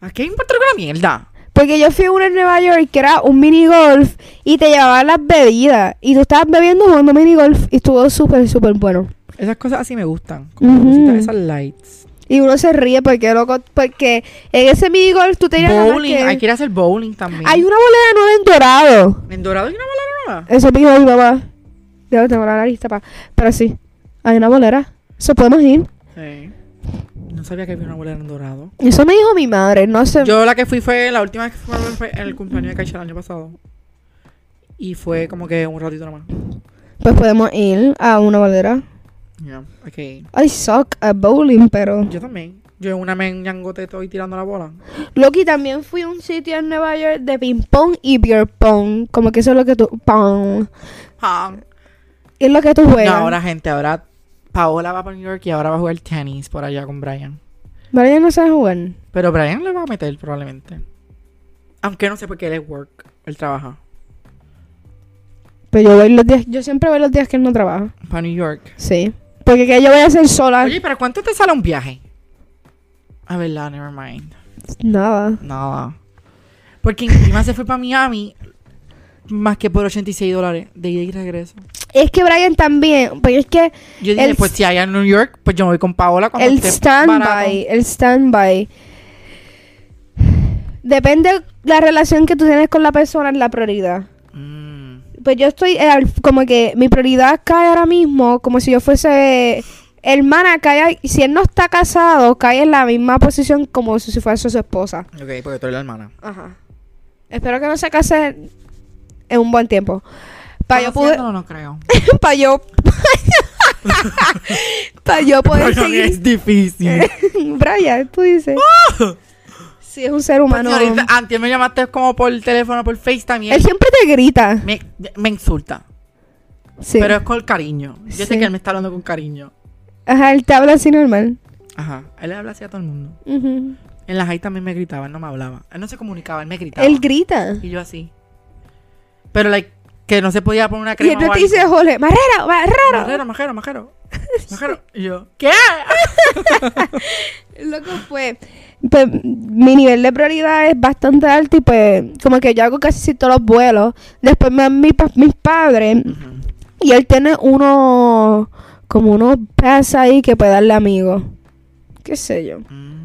Aquí hay un patrón con la mierda.
Porque yo fui a uno en Nueva York que era un mini golf y te llevaban las bebidas. Y tú estabas bebiendo jugando mini golf y estuvo súper, súper bueno.
Esas cosas así me gustan. Como
Ujú.
cositas esas lights.
Y uno se ríe porque, loco, porque en ese mini golf tú te ibas a ganar
Bowling.
que-
Hay que ir a hacer bowling también.
Hay una bolera nueva en dorado.
En dorado hay una bola nueva.
Eso me dijo mi mamá. Debo tengo la nariz tapada. Pero sí, hay una bolera. Eso podemos ir.
Sí. No sabía que había una bola en dorado.
Eso me dijo mi madre. No sé.
Yo la que fui fue, la última vez que fui a Marvel fue en el cumpleaños de Caixa el año pasado. Y fue como que un ratito nomás.
Pues podemos ir a una bolera.
Ya, ok.
I suck at bowling, pero.
Yo también. Yo en una me enyangoté y tirando la bola.
Loki también fui a un sitio en Nueva York de ping-pong y beer pong. Como que eso es lo que tú. Pong.
Ah.
Es lo que tú juegas.
No, ahora gente, ahora Paola va para New York y ahora va a jugar tenis por allá con Brian.
Vale, ya no sabe jugar.
Pero Brian le va a meter probablemente. Aunque no sé por qué él es work, él trabaja.
Pero Pues yo voy los días. Yo siempre voy los días que él no trabaja.
Para New York.
Sí. Porque que yo voy a hacer sola.
Oye, ¿pero cuánto te sale un viaje? A Ah, verdad, never mind.
Nada.
Nada. Porque mi prima se fue para Miami más que por 86 dólares de ida y regreso.
Es que Brian también. Porque es que.
Yo dije,
El-
pues si allá en New York, pues yo me voy con Paola cuando
El
esté barato.
stand-by, el stand-by. Depende la relación que tú tienes con la persona es la prioridad.
Mm.
Pues yo estoy eh, al- como que mi prioridad cae ahora mismo como si yo fuese hermana cae ahí- si él no está casado cae en la misma posición como si fuese su esposa.
Ok, porque tú eres la hermana.
Ajá. Espero que no se case en un buen tiempo. Para yo poder
Conociéndolo, no creo.
para yo para yo poder
Brian,
seguir Eh,
es difícil. Pues,
¡Ah! Brian, tú dices. Sí, es un ser humano.
Señorita, antes me llamaste como por teléfono, por FaceTime. y él
Él siempre te grita.
me, me insulta.
Sí.
Pero es con cariño. Yo sé
Sí.
que él me está hablando con cariño.
Ajá, él te habla así normal.
Ajá. Él le habla así a todo el mundo.
Ujú.
En las high también me gritaba, él no me hablaba. Él no se comunicaba, él me gritaba.
Él grita.
y yo así. Pero, like, que no se podía poner una
Y
crema.
él no
o
te
algo.
dice, jole, marrero, marrero.
Majero, majero, majero. Majero. Y yo, ¿qué?
Loco, pues, pues, mi nivel de prioridad es bastante alto y pues, como que yo hago casi todos los vuelos. Después me dan mi pa- mis padres y él tiene uno, como unos pass ahí que puede darle amigos. Qué sé yo.
Mm.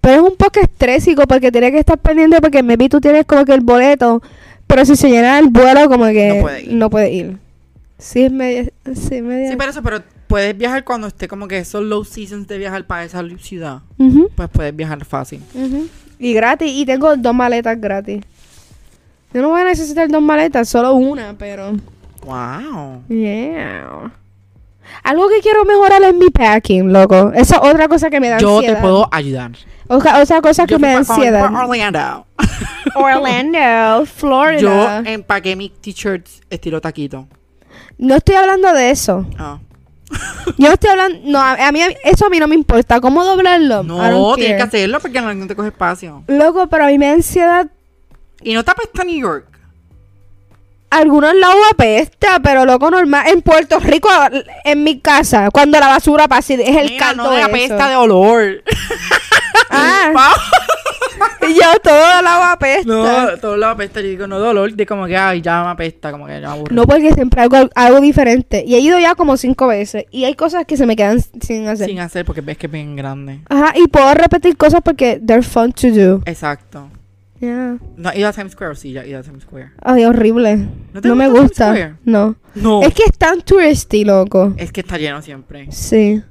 Pero es un poco estrésico porque tienes que estar pendiente porque maybe tú tienes como que el boleto, pero si se llena el vuelo como que
No puede ir.
no puede ir. Sí, es media... Sí, es media...
Sí, pero eso, pero puedes viajar cuando esté como que esos low seasons de viajar para esa ciudad.
Ujú,
Pues puedes viajar fácil.
ujú. Y gratis, y tengo dos maletas gratis. Yo no voy a necesitar dos maletas, solo una, pero...
Wow.
Yeah. Algo que quiero mejorar es mi packing, loco. Esa es otra cosa que me da
Yo
ansiedad.
te puedo ayudar.
Otra, otra cosa que
Yo
me
fui
da
pa- cuando fui
ansiedad.
pa' Orlando.
Orlando, Florida.
Yo empaqué mis t-shirts estilo taquito.
No estoy hablando de eso.
Ah.
Yo no estoy hablando. No, a, a mí eso a mí no me importa. ¿Cómo doblarlo? Um, I
No,
don't
tienes que
care.
hacerlo porque no, no te coge espacio.
Loco, pero a mí me da ansiedad.
Y no tapes hasta New York.
Algunos lados apesta, pero loco normal. En Puerto Rico, en mi casa, cuando la basura pasa, es el
Mira,
caldo
no de
eso.
apesta de olor.
Ah,
Wow.
y yo todo el agua apesta. No.
No, todo lo apesta. Yo digo, no, dolor. De como que, ay, ya me apesta. Como que ya me aburre.
porque siempre hago algo diferente. Y he ido ya como cinco veces. Y hay cosas que se me quedan sin hacer.
Sin hacer porque ves que es bien grande.
Ajá, y puedo repetir cosas porque they're fun to do.
Exacto.
Yeah.
No, he ido a Times Square, sí, ya he ido a Times Square.
Ay, horrible.
¿No te
No me
gusta Times
gusta.
Square?
No.
No.
Es que es tan touristy, loco.
Es que está lleno siempre.
Sí.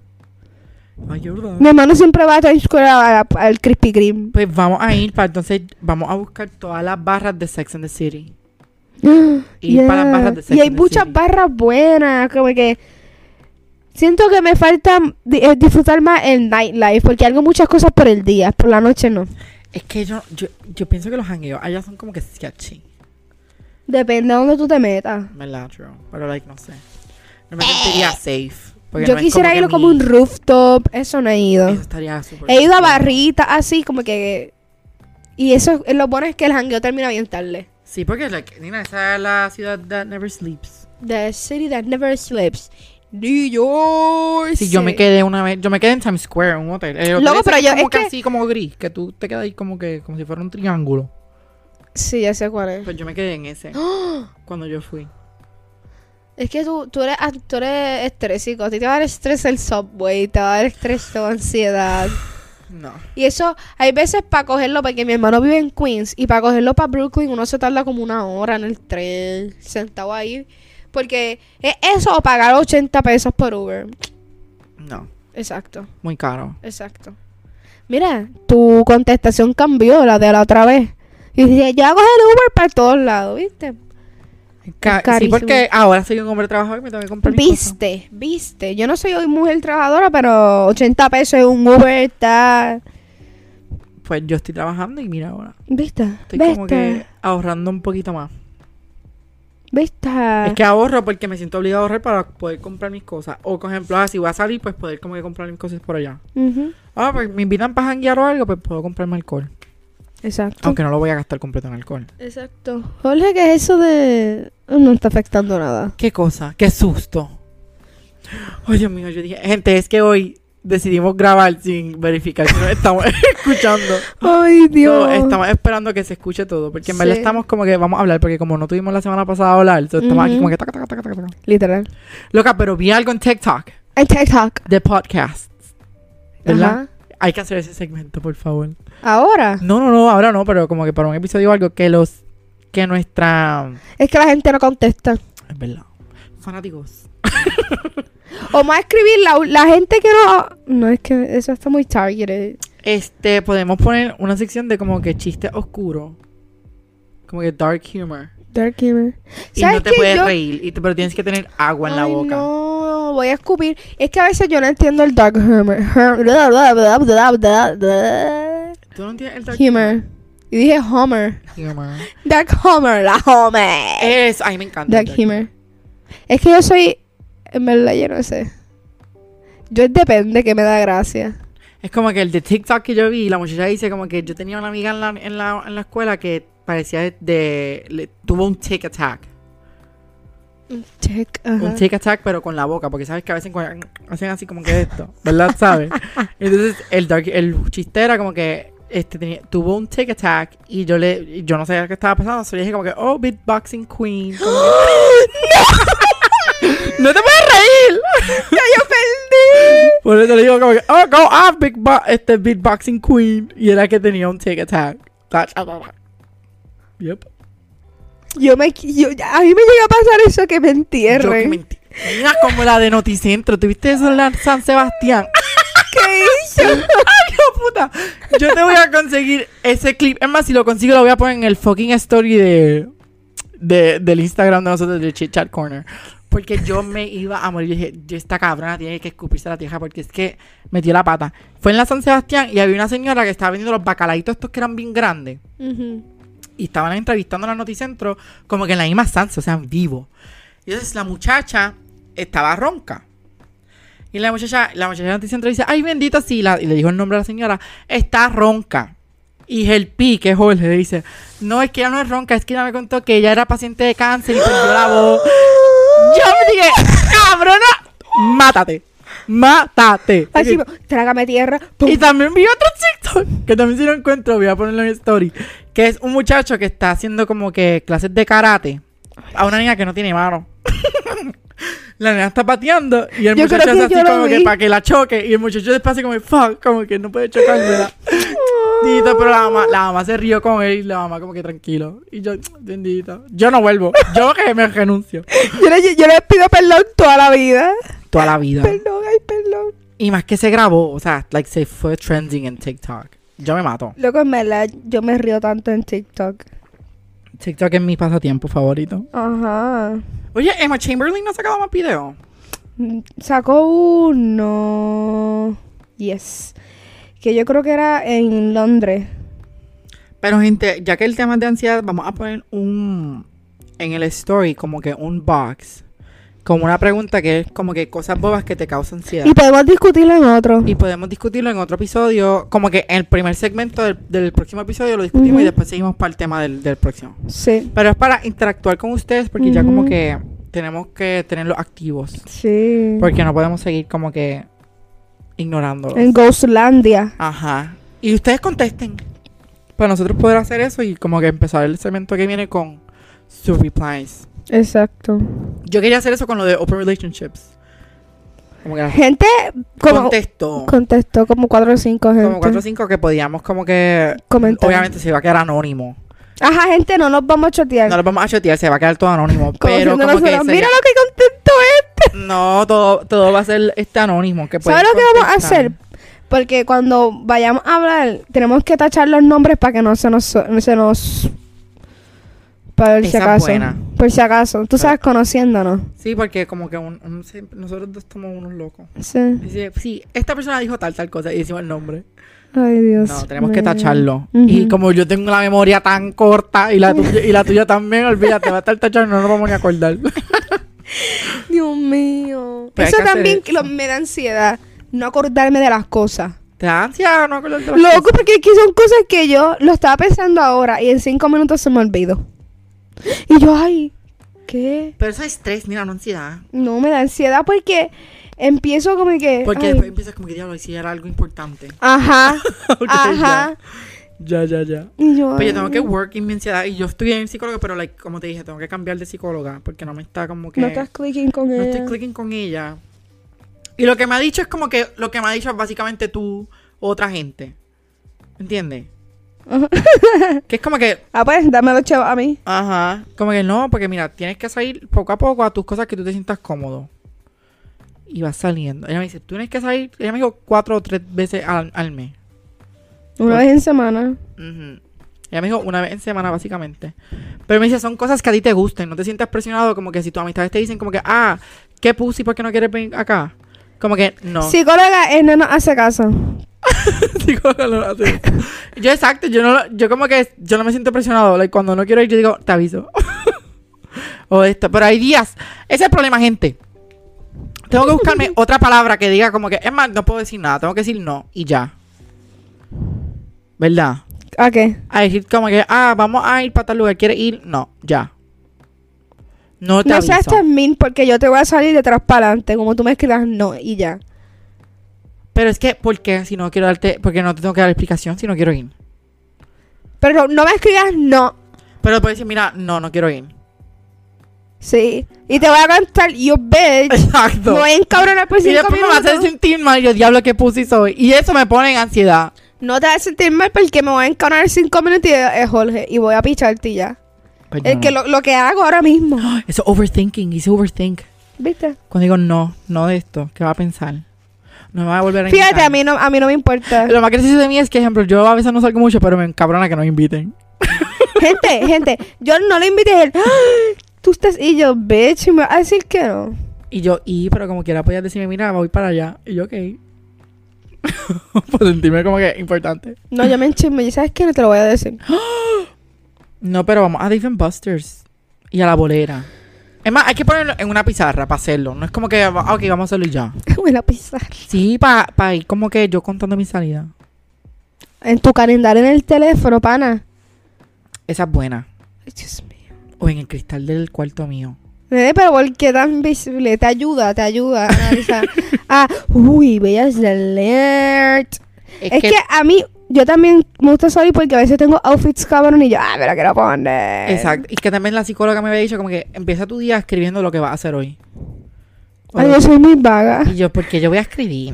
Ay, verdad.
Mi hermano siempre va a Times Square a- a- al Krispy Kreme.
Pues vamos a ir para entonces, vamos a buscar todas las barras de Sex and the City. Y ir para las barras de Sex
Y hay
and the
muchas
City.
barras buenas, como que... Siento que me falta di- eh, disfrutar más el nightlife, porque hago muchas cosas por el día, por la noche no.
Es que yo, yo, yo pienso que los hangueos allá son como que sketchy.
Depende de dónde tú te metas.
Me latro. Pero, like, no sé. No me sentiría safe. porque
Yo
no es
quisiera
que
ir como
mi-
un rooftop, eso no he ido.
Eso estaría súper.
He ido a
cool.
barritas así, como que... Y eso, lo bueno es que el hangueo termina bien tarde.
Sí, porque, like, Nina, esa es la ciudad that never sleeps.
The city that never sleeps. New York.
Sí, yo me
City.
quedé una vez, yo me quedé en Times Square, en un hotel. El hotel
Loco,
ese
pero yo-
como
es que-
así como gris, que tú te quedas ahí como que, como si fuera un triángulo.
Sí, ya sé cuál es.
Pues yo me quedé en ese cuando yo fui.
Es que tú, tú, eres, ah, tú eres estrésico. A ti te va a dar estrés el subway, te va a dar estrés tu ansiedad.
No.
Y eso, hay veces para cogerlo, porque mi hermano vive en Queens, y para cogerlo para Brooklyn uno se tarda como una hora en el tren, sentado ahí. Porque es eso o pagar 80 pesos por Uber.
No.
Exacto,
Muy caro.
exacto. Mira, tu contestación cambió la de la otra vez. Y dije, yo hago el Uber para todos lados, ¿viste?
Ca- sí,
carísimo.
porque ahora soy un hombre trabajador y me tengo que comprar mis cosas.
Viste, viste. Yo no soy hoy mujer trabajadora, pero 80 pesos en un Uber está.
Pues yo estoy trabajando y mira ahora.
Viste,
Estoy como que
viste,
ahorrando un poquito más.
viste.
Es que ahorro porque me siento obligado a ahorrar para poder comprar mis cosas. O, por ejemplo, ah, si voy a salir, pues poder como que comprar mis cosas por allá.
Ujú,
Ah, pues me invitan para janguear o algo, pues puedo comprarme alcohol.
Exacto.
Aunque no lo voy a gastar completo en alcohol.
Exacto. Jorge, ¿qué es eso de.? No está afectando nada.
Qué cosa, qué susto. Ay, Dios mío, yo dije, gente, es que hoy decidimos grabar sin verificar si nos estamos escuchando.
Ay, Dios.
So, estamos esperando que se escuche todo, porque en verdad
Sí.
estamos como que vamos a hablar, porque como no tuvimos la semana pasada a hablar, so, estamos aquí
Ujú.
como que taca, taca, taca, taca, taca.
Literal. Este
Loca, pero vi algo en TikTok
En TikTok.
de podcast. ¿Verdad?
Ajá.
Hay que hacer ese segmento, por favor.
Ahora.
No, no, no, ahora no, pero como que para un episodio o algo que los. que nuestra.
Es que la gente no contesta.
Es verdad. Fanáticos.
O más escribir la, la gente que no. No, es que eso está muy targeted.
Este, podemos poner una sección de como que chiste oscuro. Como que dark humor.
Dark humor.
Y
¿Sabes
no te
qué?
puedes
Yo-
reír, y te- pero tienes que tener agua en la
Ay,
boca.
No, voy a escupir. Es que a veces yo no entiendo el dark humor. Hum-
Tú no tienes el dark
Humor. Y dije Homer.
humor.
Dark Homer, la Homer.
Es, ay, me encanta.
Eh,
el
Dark Humor. Es que yo soy. En verdad, yo no sé. Yo depende que me da gracia.
Es como que el de TikTok que yo vi, la muchacha dice como que yo tenía una amiga en la, en la, en la escuela que parecía de, le- tuvo un tick attack.
Check. ajá.
Un tick attack, pero con la boca, porque sabes que a veces cuando hacen así como que esto, ¿verdad? ¿Sabes? Entonces, el, dark, el chiste era como que este, tenía- tuvo un tick attack y yo le y yo no sabía qué estaba pasando, solo dije como que, oh, beatboxing queen. como
¡Ah!
que- ¡No te puedes reír!
¡Ya yo perdí!
Por eso le digo como que, oh, go off, big bo- este beatboxing queen. Y era que tenía un tick attack. Ta- cha- cha- cha. Yep.
Yo me, qui- yo- a mí me llega a pasar eso que me
Yo que
entierren.
mentí. Mira como la de Noticentro. ¿Tuviste eso en la San Sebastián?
¿Qué
¡Ay,
hizo?
hijo puta! Yo te voy a conseguir ese clip. Es más, si lo consigo, lo voy a poner en el fucking story de, de- del Instagram de nosotros, de Chit Chat Corner. Porque yo me iba a morir. Yo dije, yo esta cabrona tiene que escupirse la tierra porque es que metió la pata. Fue en la San Sebastián y había una señora que estaba vendiendo los bacalaitos estos que eran bien grandes. Y estaban entrevistando a la Noticentro como que en la misma Sanse, o sea, en vivo. Y entonces la muchacha estaba ronca. Y la muchacha, la muchacha del anticentro dice, ay bendito, sí, la- y le dijo el nombre a la señora, está ronca. Y el pi, que es Jorge, le dice, no, es que ella no es ronca, es que ella me contó que ella era paciente de cáncer y perdió la voz. Yo me dije, cabrona, mátate, mátate.
Así, trágame tierra. pum.
Y también vi otro TikTok, que también si lo encuentro, voy a ponerlo en story, que es un muchacho que está haciendo como que clases de karate a una niña que no tiene mano. la niña está pateando y el
Yo
muchacho
creo que
hace así
yo lo
como que
vi.
para que la choque y el muchacho después hace como fuck, como que no puede chocármela. Bendito, pero la mamá, la mamá se rió con él y la mamá como que tranquilo. Y yo, bendito, yo no vuelvo, yo que me renuncio.
Yo le, yo le pido perdón toda la vida.
Toda la vida.
Perdón, ay, perdón.
Y más que se grabó, o sea, like se fue trending en TikTok. Yo me mato.
Loco, en verdad, yo me río tanto en TikTok.
TikTok es mi pasatiempo favorito.
Ajá.
Oye, Emma Chamberlain no ha sacado más videos.
Mm, Sacó uno. Yes. Que yo creo que era en Londres.
Pero gente, ya que el tema es de ansiedad, vamos a poner un en el story como que un box. Como una pregunta que es como que cosas bobas que te causan ansiedad.
Y podemos discutirlo en otro.
Y podemos discutirlo en otro episodio, como que en el primer segmento del, del próximo episodio lo discutimos
Ujú.
y después seguimos para el tema del, del próximo.
Sí.
Pero es para interactuar con ustedes porque ya como
Ujú.
que tenemos que tenerlos activos.
Sí.
Porque no podemos seguir como que ignorándolos.
En Ghostlandia.
Ajá. Y ustedes contesten. Para nosotros poder hacer eso y como que empezar el segmento que viene con sus replies.
Exacto.
Yo quería hacer eso con lo de Open Relationships. Como que la-
Gente, como.
contestó.
Contestó como 4 o 5 gente.
Como 4 o 5 que podíamos como que...
Comentar.
Obviamente se va a quedar anónimo.
Ajá, gente, no nos vamos a chotear.
No lo vamos a chotear, se va a quedar todo anónimo.
Como
pero
diciendo
como que...
nosotros,
sería-
Mira lo que contestó este.
No, todo, todo va a ser este anónimo. Que
¿Sabes lo que vamos a
contestar.
hacer? Porque cuando vayamos a hablar, tenemos que tachar los nombres para que no se nos. no se nos para ver si
Esa es
acaso.
buena.
Por si acaso. Tú sabes, conociéndonos.
Sí, porque como que un- un- siempre- nosotros dos somos unos locos.
Sí.
Dice, sí, esta persona dijo tal, tal cosa y decimos el nombre.
Ay, Dios.
No, tenemos que
mío.
tacharlo.
Ujú.
Y como yo tengo la memoria tan corta y la tuya, y la tuya también, olvídate, va a estar tachado y no nos vamos ni a acordar.
Dios mío.
Pero hay
eso
que hacer
también
eso.
que lo- me da ansiedad. No acordarme de las cosas.
¿Te da ansiedad no acordarte de las
Loco,
cosas?
porque aquí son cosas que yo lo estaba pensando ahora y en cinco minutos se me olvidó. Y yo, ay, ¿qué?
Pero eso es estrés, mira, no ansiedad.
No, me da ansiedad porque empiezo como que...
Porque
ay,
después empiezas como que diablo, y si era algo importante.
Ajá,
Ok,
ajá.
Ya, ya, ya.
Y yo,
Pero Pues yo
ay,
tengo que work en mi ansiedad. Y yo estoy en psicóloga, pero like, como te dije, tengo que cambiar de psicóloga. Porque no me está como que.
No estás clicking con
No
él.
estoy clicking con ella. Y lo que me ha dicho es como que lo que me ha dicho es básicamente tú, otra gente. ¿Entiendes? que es como que,
Ah, pues, dame los chavos a mí.
ajá, como que no, porque mira, tienes que salir poco a poco a tus cosas que tú te sientas cómodo. Y vas saliendo. Ella me dice, tú tienes que salir, ella me dijo cuatro o tres veces al, al mes.
Una vez en semana.
Ujú. Ella me dijo una vez en semana, básicamente. Pero me dice, son cosas que a ti te gusten. No te sientas presionado como que si tus amistades te dicen como que, ah, qué pussy, ¿por qué no quieres venir acá? Como que, no.
eh, Psicóloga, él no nos hace caso.
psicóloga lo hace. Yo exacto, yo no lo- yo como que yo no me siento presionado, like, cuando no quiero ir yo digo, te aviso. o esto, pero hay días, ese es el problema, gente. Tengo que buscarme otra palabra que diga como que, es más, no puedo decir nada, tengo que decir no y ya. ¿Verdad?
¿A qué?
A decir como que, ah, vamos a ir para tal lugar, ¿quieres ir? No, ya. No te
No
aviso.
seas tan mean porque yo te voy a salir detrás para adelante. Como tú me escribas no y ya.
Pero es que, ¿por qué? Si no quiero darte, porque no te tengo que dar explicación si no quiero ir.
Pero no me escribas no.
Pero puedes decir, mira, no, no quiero ir.
Sí. Y te voy a cantar you bitch.
Exacto.
Me voy a encabronar por
y
cinco
después me vas a hacer
minutos.
sentir mal y yo, diablo, qué pussy soy. Y eso me pone en ansiedad.
No te vas a sentir mal porque me voy a encabronar cinco minutos y es Jorge. Y voy a picharte y ya.
Pues
Es
no.
que lo, lo que hago ahora mismo.
Eso overthinking, hice overthink.
¿Viste?
Cuando digo no, no de esto, ¿qué va a pensar? No me va a volver a invitar.
Fíjate, a mí no, a mí no me importa.
Lo más gracioso de mí es que, ejemplo, yo a veces no salgo mucho, pero me encabrona que no me inviten.
gente, gente, yo no le invité a él. ¡Ah! Tú estás y yo, bitch, y me va a decir que no.
Y yo, y, pero como quiera podías decirme, mira, voy para allá. Y yo, ok. Por sentirme como que importante.
No, yo me enchisme. ¿Y sabes qué? No te lo voy a decir.
No, pero vamos a Dave and Busters y a la bolera. Es más, hay que ponerlo en una pizarra para hacerlo. No es como que, ah, ok, vamos a hacerlo y ya.
Voy a pisar.
Sí, para pa ir como que yo contando mi salida.
En tu calendario en el teléfono, pana.
Esa es buena.
Ay, Dios mío.
O en el cristal del cuarto mío.
Nene, pero ¿por qué tan visible? Te ayuda, te ayuda. a analizar. ah, uy, bellas alert. Es, que... a mí, yo también me gusta Sorry porque a veces tengo outfits cabrón y yo, ah, me lo quiero poner.
Exacto. Y que también la psicóloga me había dicho como que empieza tu día escribiendo lo que vas a hacer hoy. O
Ay,
lo-
yo soy muy vaga.
Y yo, porque yo voy a escribir.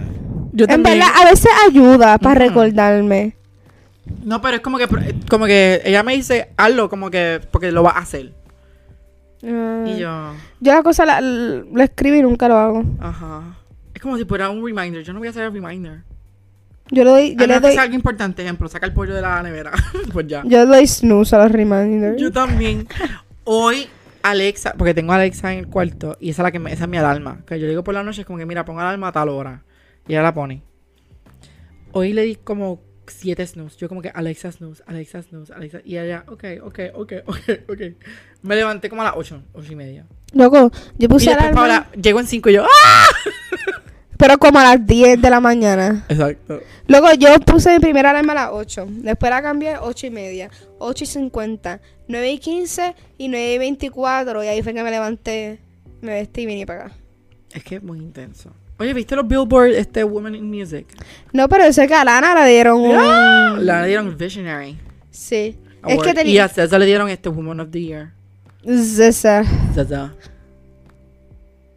Yo
en verdad, ah, a veces ayuda para
Ujú.
recordarme.
No, pero es como que, como que ella me dice, hazlo como que, porque lo vas a hacer.
Mm.
Y yo,
Ah. Yo la cosa la, la escribo y nunca lo hago.
ajá. Es como si fuera un reminder. Yo no voy a hacer el reminder.
Yo, le doy,
A
yo le
menos que
doy,
sea algo importante, ejemplo, saca el pollo de la nevera. pues ya.
yo le doy snooze a los reminders.
Yo también. Hoy, Alexa, porque tengo a Alexa en el cuarto y esa es, la que me- esa es mi alarma. Que yo le digo por la noche, es como que mira, ponga alarma a tal hora. Y ella la pone. Hoy le di como siete snooze. Yo como que Alexa snooze, Alexa snooze, Alexa. Y ella, ok, ok, ok, ok, ok. Me levanté como a las ocho, ocho y media.
Loco, yo
y
puse
después
alarma,
Paola, llego en cinco y yo, ¡ah!
pero como a las 10 de la mañana.
Exacto.
Luego yo puse mi primera alarma a las 8. Después la cambié a 8 y media, 8 y 50, 9 y 15 y 9 y 24. Y ahí fue que me levanté, me vestí y vine para acá.
Es que es muy intenso. Oye, ¿viste los billboards este Women in Music?
No, pero ese que a Lana le dieron un...
¡Ah! La le dieron Visionary.
Sí. Es
Award.
que
Y a
tenía...
César le dieron este Woman of the Year.
César.
Zaza.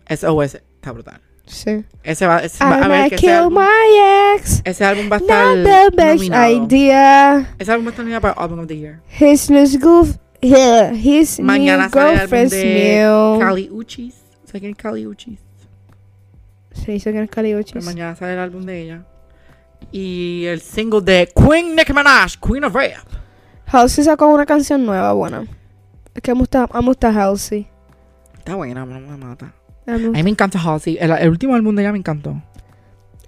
SOS está brutal.
Sí.
Ese va, ese va- a
I'm
ver
I
que ese
kill
álbum,
my ex.
ese álbum va a estar
Not the best
nominado.
idea.
Ese álbum va a estar nominado para Album of the Year.
His new goof. yeah, His
Mañana
new
sale el álbum
girlfriend's
de
new.
Cali Uchis. ¿Sabes quién es Cali Uchis?
Se hizo que es Cali
Pero
Uchis.
mañana sale el álbum de ella. Y el single de Queen Nicki Minaj, Queen of Rap.
Halsey sacó una canción nueva buena. Es que me gusta, me gusta Halsey.
Está buena, no me mata.
A mí me
A
gusta-
mí me encanta Halsey. El, el último álbum de ella me encantó.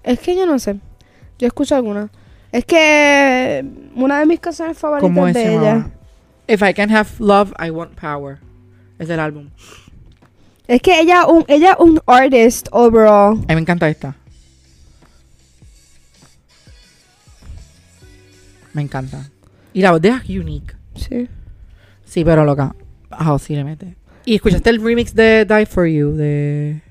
Es que yo no sé. Yo escucho alguna. Es que una de mis canciones
¿Cómo
favoritas
es?
de ella.
If I can have love, I want power. Es el álbum.
Es que ella un ella un artist overall.
A mí me encanta esta. Me encanta. Y la voz de ella es unique.
Sí.
Sí, pero loca. Ah, sí le mete. ¿Y escuchaste el remix de Die For You de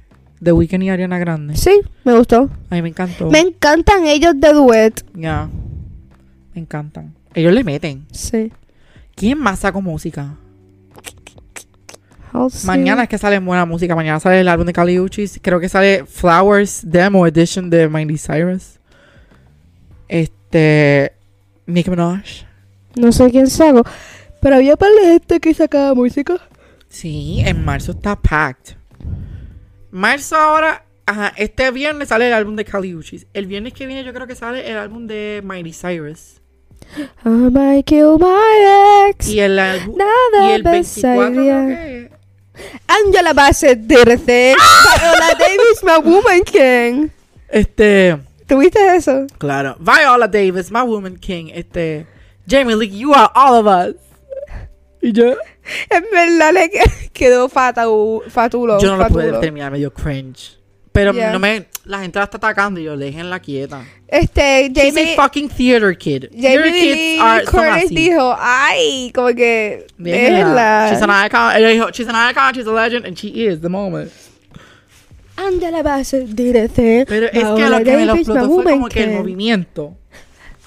The Weeknd y Ariana Grande?
Sí, me gustó.
A mí me encantó.
Me encantan ellos de duet.
Ya. Me encantan. Ellos le meten.
Sí.
¿Quién más sacó música?
Halsey.
Mañana es que sale buena música. Mañana sale el álbum de Kali Uchis. Creo que sale Flowers Demo Edition de Miley Cyrus. Este. Nicki Minaj.
No sé quién saco. Pero había para de gente que sacaba música.
Sí, en marzo está packed. Marzo ahora. Ajá, este viernes sale el álbum de Kali Uchis. El viernes que viene yo creo que sale el álbum de Miley Cyrus.
I might kill my ex.
Y el álbum.
Nada
Y el 24 creo
pasaría.
que es.
Angela Bassett did a thing. Viola Davis, my woman king.
Este.
¿Tuviste eso?
Claro. Viola Davis, my woman king. Este. Jamie Lee, you are all of us. Y yo.
En verdad le que- quedó fatu, fatulo.
yo no lo
fatulo.
pude terminar, me dio cringe. Pero
Yeah.
no me. La gente la está atacando y yo, déjenla quieta.
Este,
She's a
Jamie,
fucking theater kid. Your
Jamie
kids
Lee
are, son
Curtis
así.
dijo, ay, como que,
Déjenla. She's an
déjenla.
icon. Ella dijo, she's an icon, she's a legend, and she is the moment.
Anda la base, direte.
Pero es que lo que me lo explotó fue como que el movimiento.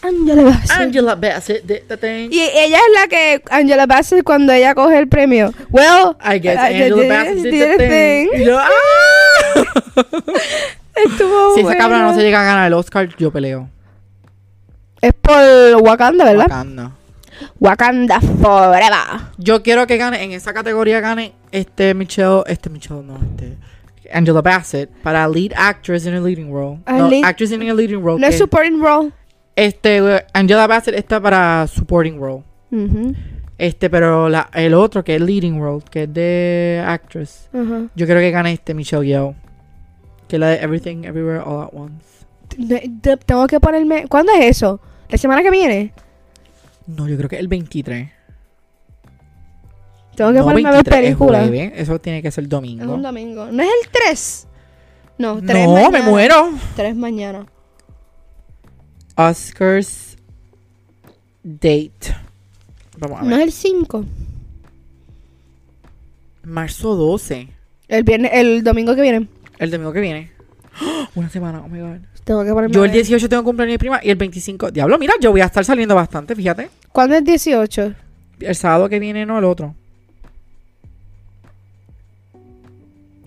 Angela Bassett.
Angela Bassett did the thing.
Y ella es la que, Angela Bassett, cuando ella coge el premio. Well,
I guess
I
Angela
did-
Bassett did,
did the
the thing.
thing.
Y yo, ¡ah!
estuvo
si esa
Oh, bueno.
cabra no se llega a ganar el Oscar, yo peleo.
Es por Wakanda, ¿verdad?
Wakanda.
Wakanda forever.
Yo quiero que gane, en esa categoría gane este Michelle, este Michelle no, este Angela Bassett para lead actress in a leading role.
Ah,
no,
lead-
actress in a leading role.
No es
que-
supporting role.
este Angela Bassett está para supporting role.
Ujú,
Este, pero la- el otro que es leading role, que es de actress.
ajá.
Yo creo que gane este Michelle Yeoh. Que es la de Everything Everywhere All at Once.
Te- te- Tengo que ponerme. ¿Cuándo es eso? ¿La semana que viene?
No, yo creo que el 23.
Tengo que
no,
ponerme a ver
23 es
películas.
jueves, Eso tiene que ser domingo.
Es un domingo. ¿No es el 3? No, 3
no,
mañana.
me muero.
3 mañana.
Oscars date. Vamos a ver.
No es el 5.
Marzo 12.
El viernes, el domingo que viene.
El domingo que viene. ¡Ah! Una semana, oh my god.
Tengo que ponerme.
Yo
a
el
ver.
18 tengo cumpleaños de mi prima y el 25. Diablo, mira, yo voy a estar saliendo bastante, fíjate.
¿Cuándo es 18?
El sábado que viene, no el otro.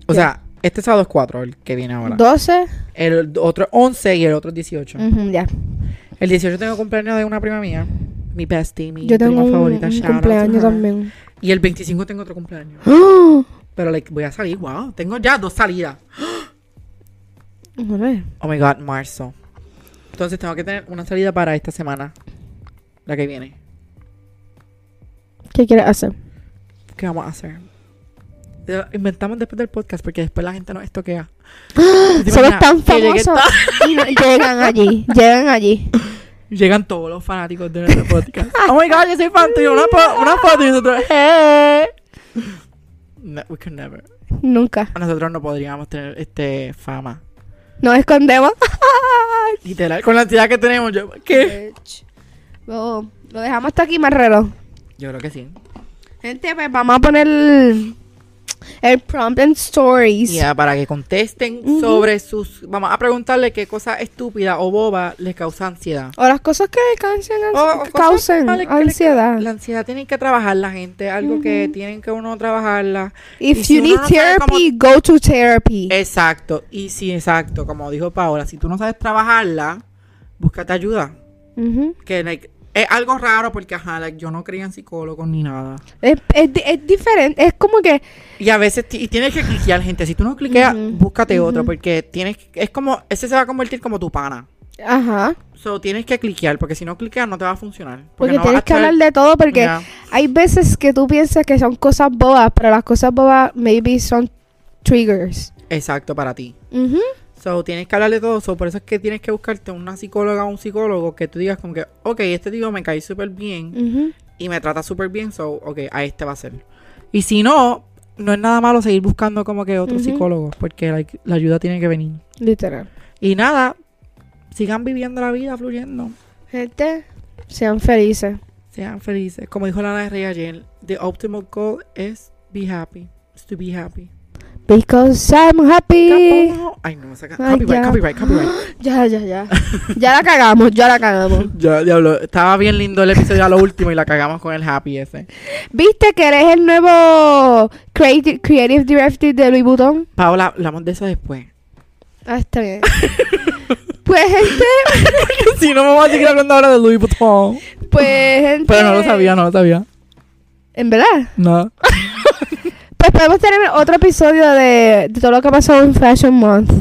O
Ya.
sea, este sábado es 4, el que viene ahora.
12.
El otro es 11 y el otro es 18.
Ujú, ya.
El 18 tengo cumpleaños de una prima mía. Mi bestie, mi
Yo tengo
prima
un,
favorita.
un
shout out to
cumpleaños
her.
también.
Y el 25 tengo otro cumpleaños.
¡Oh!
Pero like, voy a salir, wow. Tengo ya dos salidas.
Joder.
Oh my god, marzo. Entonces tengo que tener una salida para esta semana. La que viene.
¿Qué quieres hacer?
¿Qué vamos a hacer? Lo Inventamos después del podcast porque después la gente nos estoquea. ¿Te
Somos
imaginas
tan
que llegue
famosos. y no- llegan allí. Llegan allí.
Llegan todos los fanáticos de nuestro podcast. oh my god, yo soy fan tuyo. Una, fo- una foto y nosotros, "Eh". hey. No, we could never.
Nunca.
Nosotros no podríamos tener este fama.
Nos escondemos.
Literal, con la ansiedad que tenemos, yo, ¿qué?
Lo, lo dejamos hasta aquí, Marrero.
Yo creo que sí.
Gente, pues vamos a poner el, el prompt en stories.
Ya, para que contesten
Ujú.
sobre sus. Vamos a preguntarle qué cosa estúpida o boba les causa ansiedad.
O las cosas que causen, ans-
O- o cosas
causen
malas que le-
ansiedad.
La ansiedad tienen que trabajar la gente, algo que tienen que uno trabajarla.
If
y si
you
uno
need
no sabe Eh.
therapy, go to therapy.
Exacto, y sí, exacto, como dijo Paola, si tú no sabes trabajarla, búscate ayuda.
Ujú.
Que like, es algo raro porque, ajá, like, yo no creía en psicólogos ni nada.
es, es di- es diferente. Es como que
Y a veces ti- y tienes que cliquear, gente. Si tú no cliqueas,
Ujú,
búscate
ujú.
otro porque tienes que- es como ese se va a convertir como tu pana.
Ajá.
So, tienes que cliquear, porque si no cliqueas no te va a funcionar.
Porque,
no vas
tienes
a
que
estar-
hablar de todo porque
Ya.
hay veces que tú piensas que son cosas bobas, pero las cosas bobas maybe son triggers.
Exacto, para ti.
Ujú.
So, tienes que hablar de todo. So, por eso es que tienes que buscarte una psicóloga o un psicólogo que tú digas como que, ok, este tío me cae súper bien
Ujú.
y me trata súper bien, so, ok, a este va a ser. Y si no, no es nada malo seguir buscando como que otros
Ujú.
psicólogos, porque like, la ayuda tiene que venir.
Literal.
Y nada, sigan viviendo la vida fluyendo.
Gente, sean felices.
Sean felices. Como dijo Lana del Rey ayer, the optimal goal is be happy. Is to be happy.
Because I'm happy.
Capo. Ay, no, saca.
Ay,
Copyright,
ya.
copyright, copyright.
Ya, ya, ya. ya la cagamos, ya la cagamos.
Ya, diablo. Estaba bien lindo el episodio a lo último y la cagamos con el happy ese.
¿Viste que eres el nuevo creative, creative director de Louis Vuitton?
Paola, hablamos de eso después.
Ah, está bien. pues gente,
si no, vamos a seguir hablando ahora de Louis Vuitton.
pues gente.
Pero no lo sabía, no lo sabía.
¿En verdad?
No.
Pues podemos tener otro episodio de, de todo lo que pasó en Fashion Month.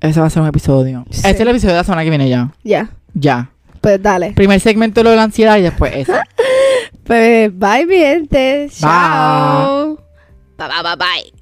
Ese va a ser un episodio.
Sí.
Este es el episodio de la semana que viene ya.
Ya,
Ya.
pues dale.
Primer segmento lo de la ansiedad y después ese.
Pues bye, mi gente. Chao. Bye, bye, bye, bye.